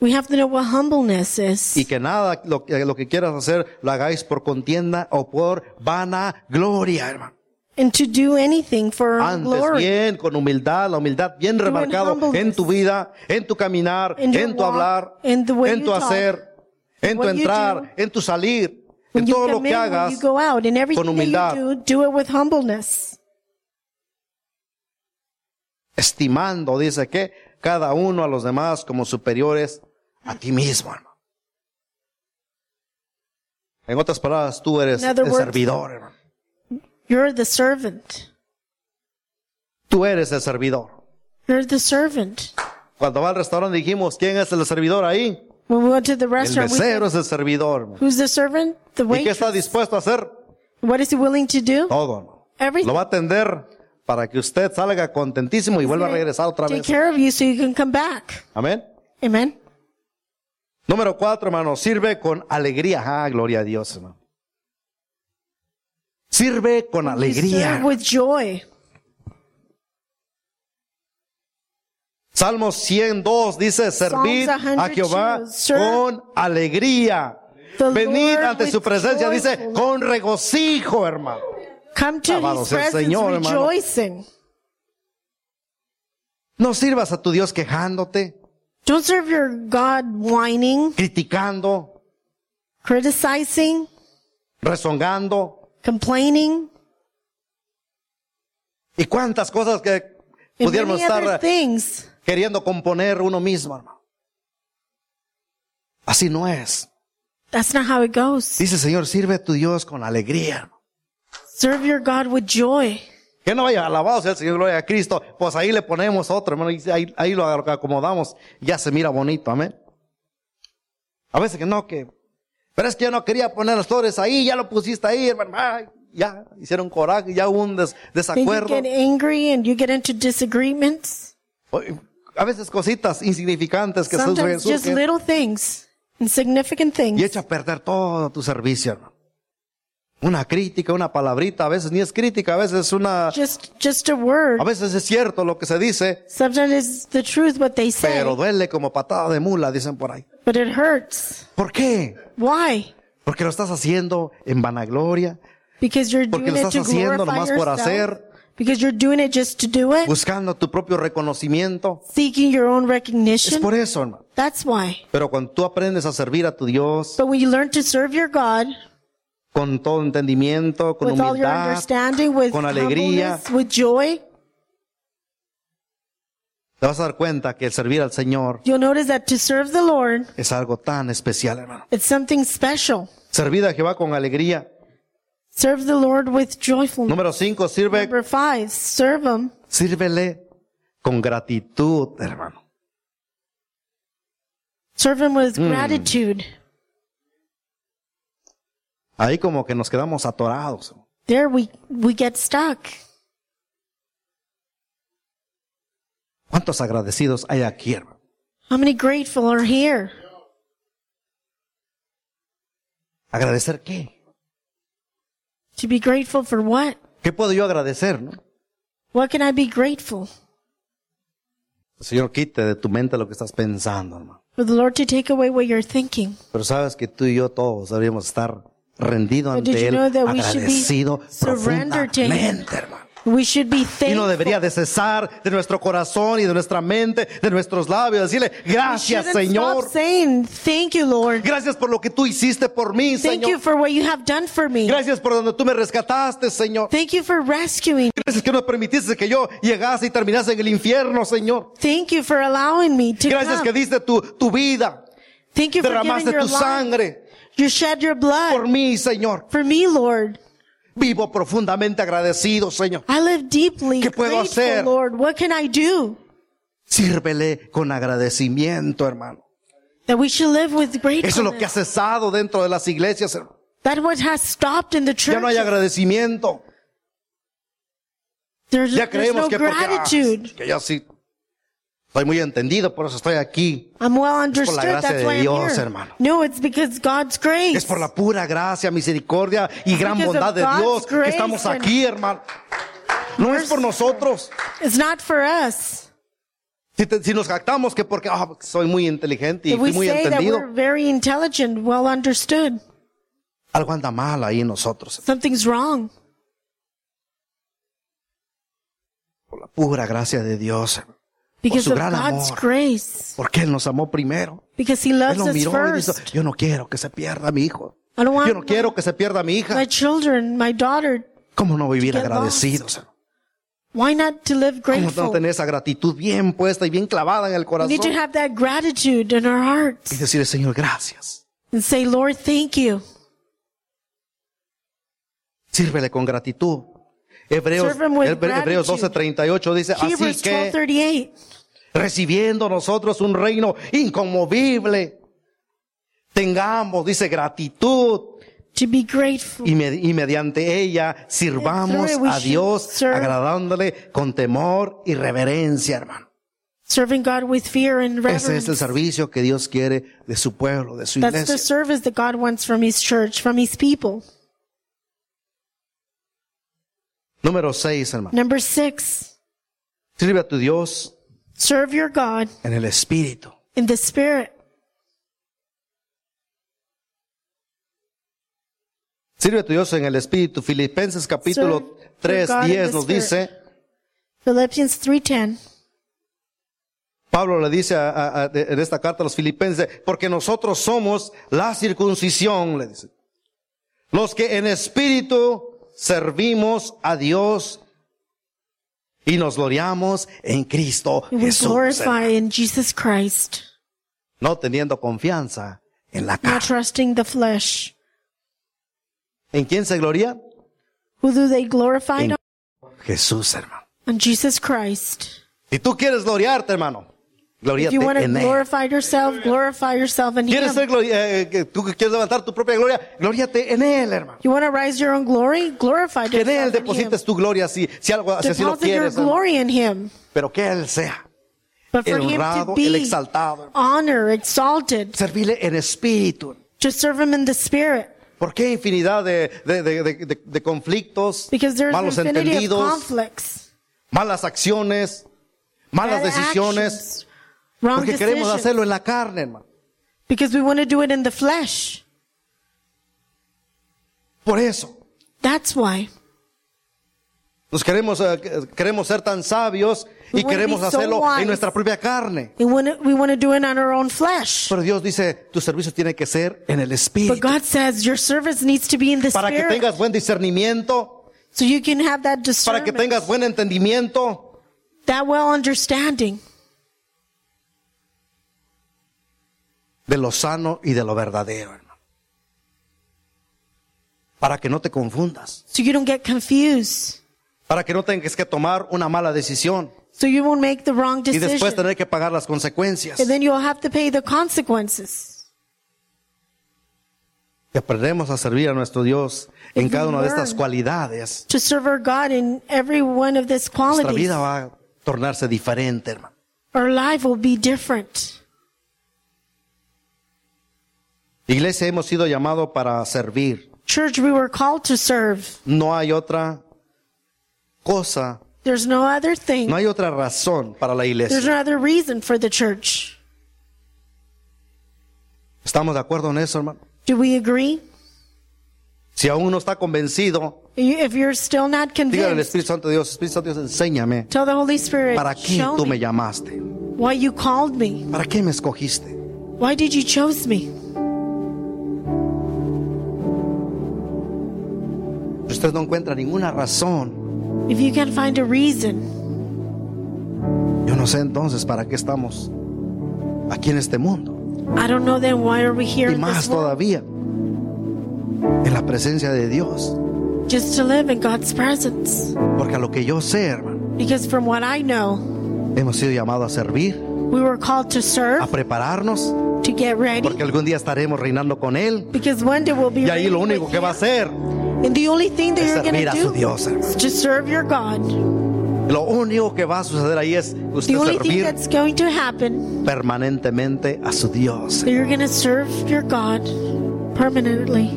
We have to know what humbleness is. y que nada lo, que- lo que quieras hacer lo hagáis por contienda o por vana gloria, hermano. and to do anything for our Antes glory. bien, con humildad, la humildad bien remarcado humbleness. en tu vida, en tu caminar, In your en tu walk, hablar, in the way en you tu talk, hacer, en tu what you entrar, en tu salir, en When you todo lo come que in, when hagas you go out, and con everything that humildad, you do, do it with humbleness. estimando, dice que cada uno a los demás como superiores a ti mismo, hermano. En otras palabras, tú eres In other el words- servidor, hermano. You're the servant. Tú eres el servidor. You're the servant. Cuando va al restaurante dijimos, ¿quién es el servidor ahí? When we went to the El restaurant, we said, mesero es el servidor. hermano. who's the servant? The ¿Y qué waitress. está dispuesto a hacer? What is he willing to do? Todo, hermano. Lo Everything. va a atender para que usted salga contentísimo y vuelva a regresar otra Take vez. care of you so you can come back. Amén. Amen. Número cuatro, hermano, sirve con alegría. Ah, gloria a Dios, hermano. Sirve con alegría. Serve with joy. Salmo 102 dice, servid a 102, Jehová sir. con alegría. The Venid Lord ante su with presencia, dice, joyfulness. con regocijo, hermano. Come to Alabado his sea el presence Señor, hermano. rejoicing. No sirvas a tu Dios quejándote, Don't serve your God whining, criticando, criticizing, rezongando complaining, y cuántas cosas que and pudiéramos many other estar things. queriendo componer uno mismo, hermano. Así no es. That's not how it goes. Dice el Señor, sirve a tu Dios con alegría. hermano. Serve your God with joy. Que no vaya alabado sea el Señor, gloria a Cristo. Pues ahí le ponemos otro, hermano, y ahí, ahí lo acomodamos. Ya se mira bonito, amén. A veces que no, que, pero es que yo no quería poner las flores ahí, ya lo pusiste ahí, hermano. Ay, ya, hicieron coraje, ya hubo un des- Then you desacuerdo. get angry and you get into disagreements. Oye, A veces cositas insignificantes que surgen, Sometimes just surgen little things, insignificant y things. echa a perder todo tu servicio, hermano. Una crítica, una palabrita, a veces ni es crítica, a veces es una, Just, just a word. a veces es cierto lo que se dice, Sometimes it's the truth what they say, pero duele como patada de mula, dicen por ahí. but it hurts. ¿Por qué? Why? Porque lo estás haciendo en vanagloria, Because you're Porque doing lo it to estás haciendo glorify nomás por yourself. hacer. Because you're doing it just to do it, buscando tu propio reconocimiento. seeking your own Es recognition. por eso, hermano. That's why. Pero cuando tú aprendes a servir a tu Dios But when you learn to serve your God con todo entendimiento, con with all your humildad, understanding, with con alegría, humbleness, with joy, te vas a dar cuenta que el servir al Señor you'll notice that to serve the Lord, es algo tan especial, hermano. it's something special. Servir a Jehová con alegría. Serve the Lord with joyfulness. Número cinco, sirve, Number five, serve Him sírvele con gratitud, hermano. Serve him with Hmm. gratitude. Ahí como que nos quedamos atorados. There we, we get stuck. ¿Cuántos agradecidos hay aquí, hermano? How many grateful are here? ¿Agradecer qué? To be grateful for what? ¿Qué puedo yo agradecer, no? What can I be grateful? El Señor quite de tu mente lo que estás pensando, hermano. For the Lord to take away what you're thinking. Pero sabes que tú y yo todos deberíamos estar rendido But did ante you Él, know that we should be agradecido surrendered to Him? profundamente, hermano. We should be Y no thankful. debería de cesar de nuestro corazón y de nuestra mente, de nuestros labios, decirle, We gracias shouldn't Señor, stop saying, thank you, Lord. gracias por lo que tú hiciste por mí, Thank you Señor. for what you have done for me. Gracias por donde tú me rescataste, Señor. Thank you for rescuing. me. Gracias que no permitiste que yo llegase y terminase en el infierno, Señor. Thank you for allowing me to Gracias que come. diste tu, tu vida, Thank you for giving derramaste your tu life. sangre You shed your por blood mí, Señor. for me, Lord. Vivo profundamente agradecido, Señor. I live deeply ¿Qué puedo grateful, hacer? Lord. What can I do? Sírvele con agradecimiento, hermano. That we should live with Eso es lo que ha gratefulness. cesado dentro de las iglesias. hermano. That what has stopped in the Ya church. no hay agradecimiento. there's, Ya there's creemos no que porque ah, gratitude. que yo sí estoy muy entendido, por eso estoy aquí. I'm well por la understood. gracia That's de why I'm Dios, here. hermano. No, it's because God's grace. Es por la pura gracia, misericordia y gran because of bondad de God's Dios que grace estamos and- aquí, hermano. No es por nosotros. It's not for us. Si, te- si nos jactamos que porque ah, soy muy inteligente y If we fui muy say that entendido, we're very intelligent, well understood, algo anda mal ahí en nosotros. something's wrong. Por la pura gracia de Dios, hermano. Because su of gran God's amor. grace. porque Él nos amó primero. Because He Él loves lo us miró y dijo, first. yo no quiero que se pierda mi hijo. I don't want Yo no my- quiero que se pierda mi hija. My children, my daughter, ¿Cómo no vivir to get agradecidos? hermano? why not to live ¿Cómo no grateful? tener esa gratitud bien puesta y bien clavada en el We corazón? need to have that gratitude in our Y hearts decirle, Señor, gracias. and say, Lord, thank you. Sírvele con gratitud. Hebreos, Serve him with Hebre- Hebreos gratitude. 12:38 dice, así Hebrews que 12:38. recibiendo nosotros un reino inconmovible, tengamos, dice, gratitud To be grateful. y, me- y mediante ella sirvamos through it we a Dios should serve. agradándole con temor y reverencia, hermano. Serving God with fear and Ese es el reverence. servicio que Dios quiere de su pueblo, de su That's the iglesia. service that God wants from His church, from His people. Número seis, hermano. Number six, Sirve a tu Dios serve your God en el Espíritu. in the Spirit. Sirve a tu Dios en el Espíritu. Filipenses capítulo Serve 3, your God in 10 the nos Spirit. dice, Philippians 3.10. Pablo le dice a- a- a- de- en esta carta a los filipenses, porque nosotros somos la circuncisión, le dice. Los que en espíritu servimos a Dios y nos gloriamos en Cristo And we Jesús. glorify in Jesus Christ, No teniendo confianza en la not carne. trusting the flesh. ¿En quién se gloria? Who do they glorify? En on? Jesús, hermano. On Jesus Christ. Si tú quieres gloriarte, hermano, If gloriate you want to en Él. glorify yourself, glorify yourself in ¿Quieres Him. ser glori- eh, que tú quieres levantar tu propia gloria? Gloriate en Él, hermano. You want to rise your own glory? Glorify Que en Él yourself in Him. deposites tu gloria si, si algo si así lo Deposit your quieres, hermano. glory in Him. pero que Él sea But for el Him to honrado, el be exaltado. honored, exalted, Servirle en espíritu. to serve Him in the Spirit. ¿Por qué infinidad de, de- de- de- de- de conflictos, Because there's malos an infinity of entendidos, conflicts, malas acciones, malas bad decisiones? actions, wrong Porque queremos decisions. hacerlo en la carne, hermano. Because we want to do it in the flesh. Por eso. That's why. Nos queremos, eh, que- queremos ser tan sabios We y wanna queremos be so hacerlo wise. en nuestra propia carne. We want to, we want to do it on our own flesh. Pero Dios dice, tu servicio tiene que ser en el But Espíritu. God says your service needs to be in the Para que Spirit. tengas buen discernimiento, So you can have that para que discernment, tengas buen entendimiento. that well understanding de lo sano y de lo verdadero, hermano. Para que no te confundas, so you don't get confused. para que no tengas que tomar una mala decisión So you won't make the wrong y después decision. tener que pagar las consecuencias. And then you'll have to pay the consequences. Que aprendemos a servir a nuestro Dios en If cada we una de estas learn cualidades. To serve our God in every one of these Nuestra qualities, vida va a tornarse diferente, hermano. our life will be different. Iglesia, hemos sido llamados para servir. Church, we were called to serve. No hay otra cosa, There's no other thing. no hay otra razón para la There's iglesia. no other reason for the church. ¿Estamos de acuerdo en eso, hermano? Do we agree? Si aún no está convencido, You- If you're still Dígale not al convinced, Espíritu Santo de Dios, Espíritu Santo de Dios, enséñame. tell the Holy Spirit, ¿Para qué show tú me me llamaste? why you called me. ¿Para qué me escogiste? Why did you choose me? Si Usted no encuentra ninguna razón. If you can find a reason, Yo no sé entonces para qué estamos aquí en este mundo. I don't know then why are we here Y in this más world? todavía, en la presencia de Dios. Just to live in God's presence. Porque a lo que yo sé, hermano, Because from what I know, hemos sido llamados a servir, we were called to a serve, prepararnos, to get ready, porque algún día estaremos reinando con Él. because one day we'll be Y ahí lo ready único with que va a Him. hacer And the only thing that es you're going servir to a su do Dios, hermano. is to serve your God. Lo único que va a suceder ahí es The usted only thing servir that's going to happen permanentemente a su Dios. that you're going to serve your God permanently.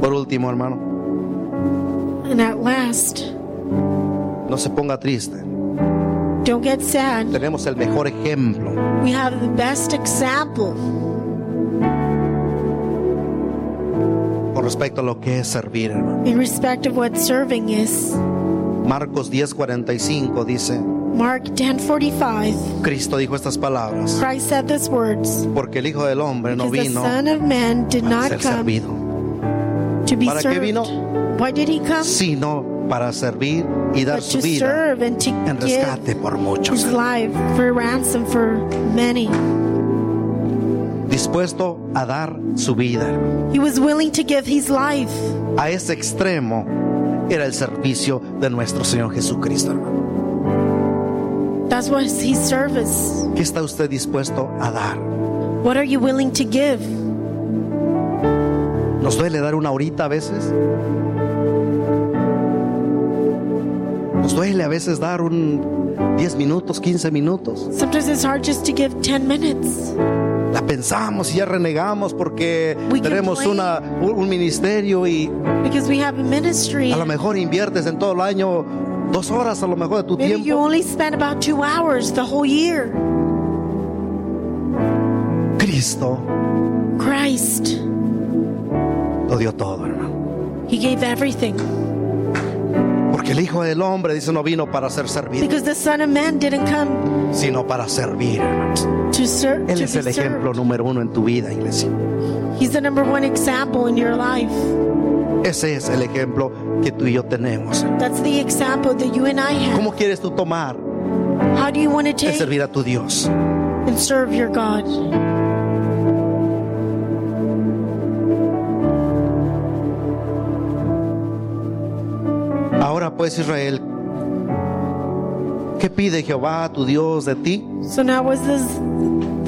Por último, hermano, And at last, no se ponga triste. don't get sad. Tenemos el mejor ejemplo. We have the best example con respecto a lo que es servir, hermano. in respect of what serving is. Marcos 10:45 dice, Mark 10:45. Cristo dijo estas palabras, Christ said these words. porque el Hijo del Hombre no Because the vino Son of Man did a not ser come servido, to be ¿Para qué served. vino? Why did he come? sino para servir y dar But su to vida serve and to en rescate give por his muchos. life for ransom for many. Dispuesto a dar su vida. hermano. He was willing to give his life. A ese extremo era el servicio de nuestro Señor Jesucristo, hermano. That's what his service. ¿Qué está usted dispuesto a dar? What are you willing to give? ¿Nos duele dar una horita a veces? ¿Nos duele a veces dar un 10 minutos, 15 minutos? Sometimes it's hard just to give 10 minutes. La pensamos y ya renegamos porque We tenemos complain. una, un, un ministerio y Because we have a ministry. a lo mejor inviertes en todo el año dos horas a lo mejor de tu Maybe you tiempo. only spent about two hours the whole year. Cristo Christ, lo dio todo, hermano. He gave everything. ¿Por qué Porque el Hijo del Hombre, dice, no vino para ser servido, Because the Son of Man didn't come sino para servir, hermanos. to serve. Él es el ejemplo número uno en tu vida, iglesia. He's the number one example in your life. Ese es el ejemplo que tú y yo tenemos. That's the example that you and I have. ¿Cómo quieres tú tomar How do you want to el take servir a tu Dios? and serve your God? Ahora pues Israel, ¿qué pide Jehová tu Dios de ti? So now was this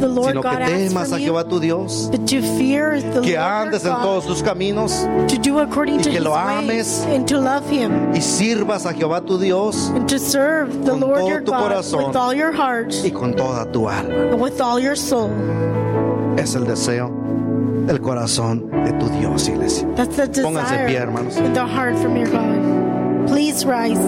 the Lord Sino que God asked temas from a you, Jehová tu Dios, but to fear the Lord que your andes en todos God, sus caminos to do according y to que His lo ways ames. and to love Him y sirvas a Jehová tu Dios and to serve the Con Lord todo your tu God corazón. with all your heart y con toda tu alma. and with all your soul. Es el deseo del corazón de tu Dios, iglesia. That's the Pónganse en desire pie, hermanos. in the heart from your God. Please rise.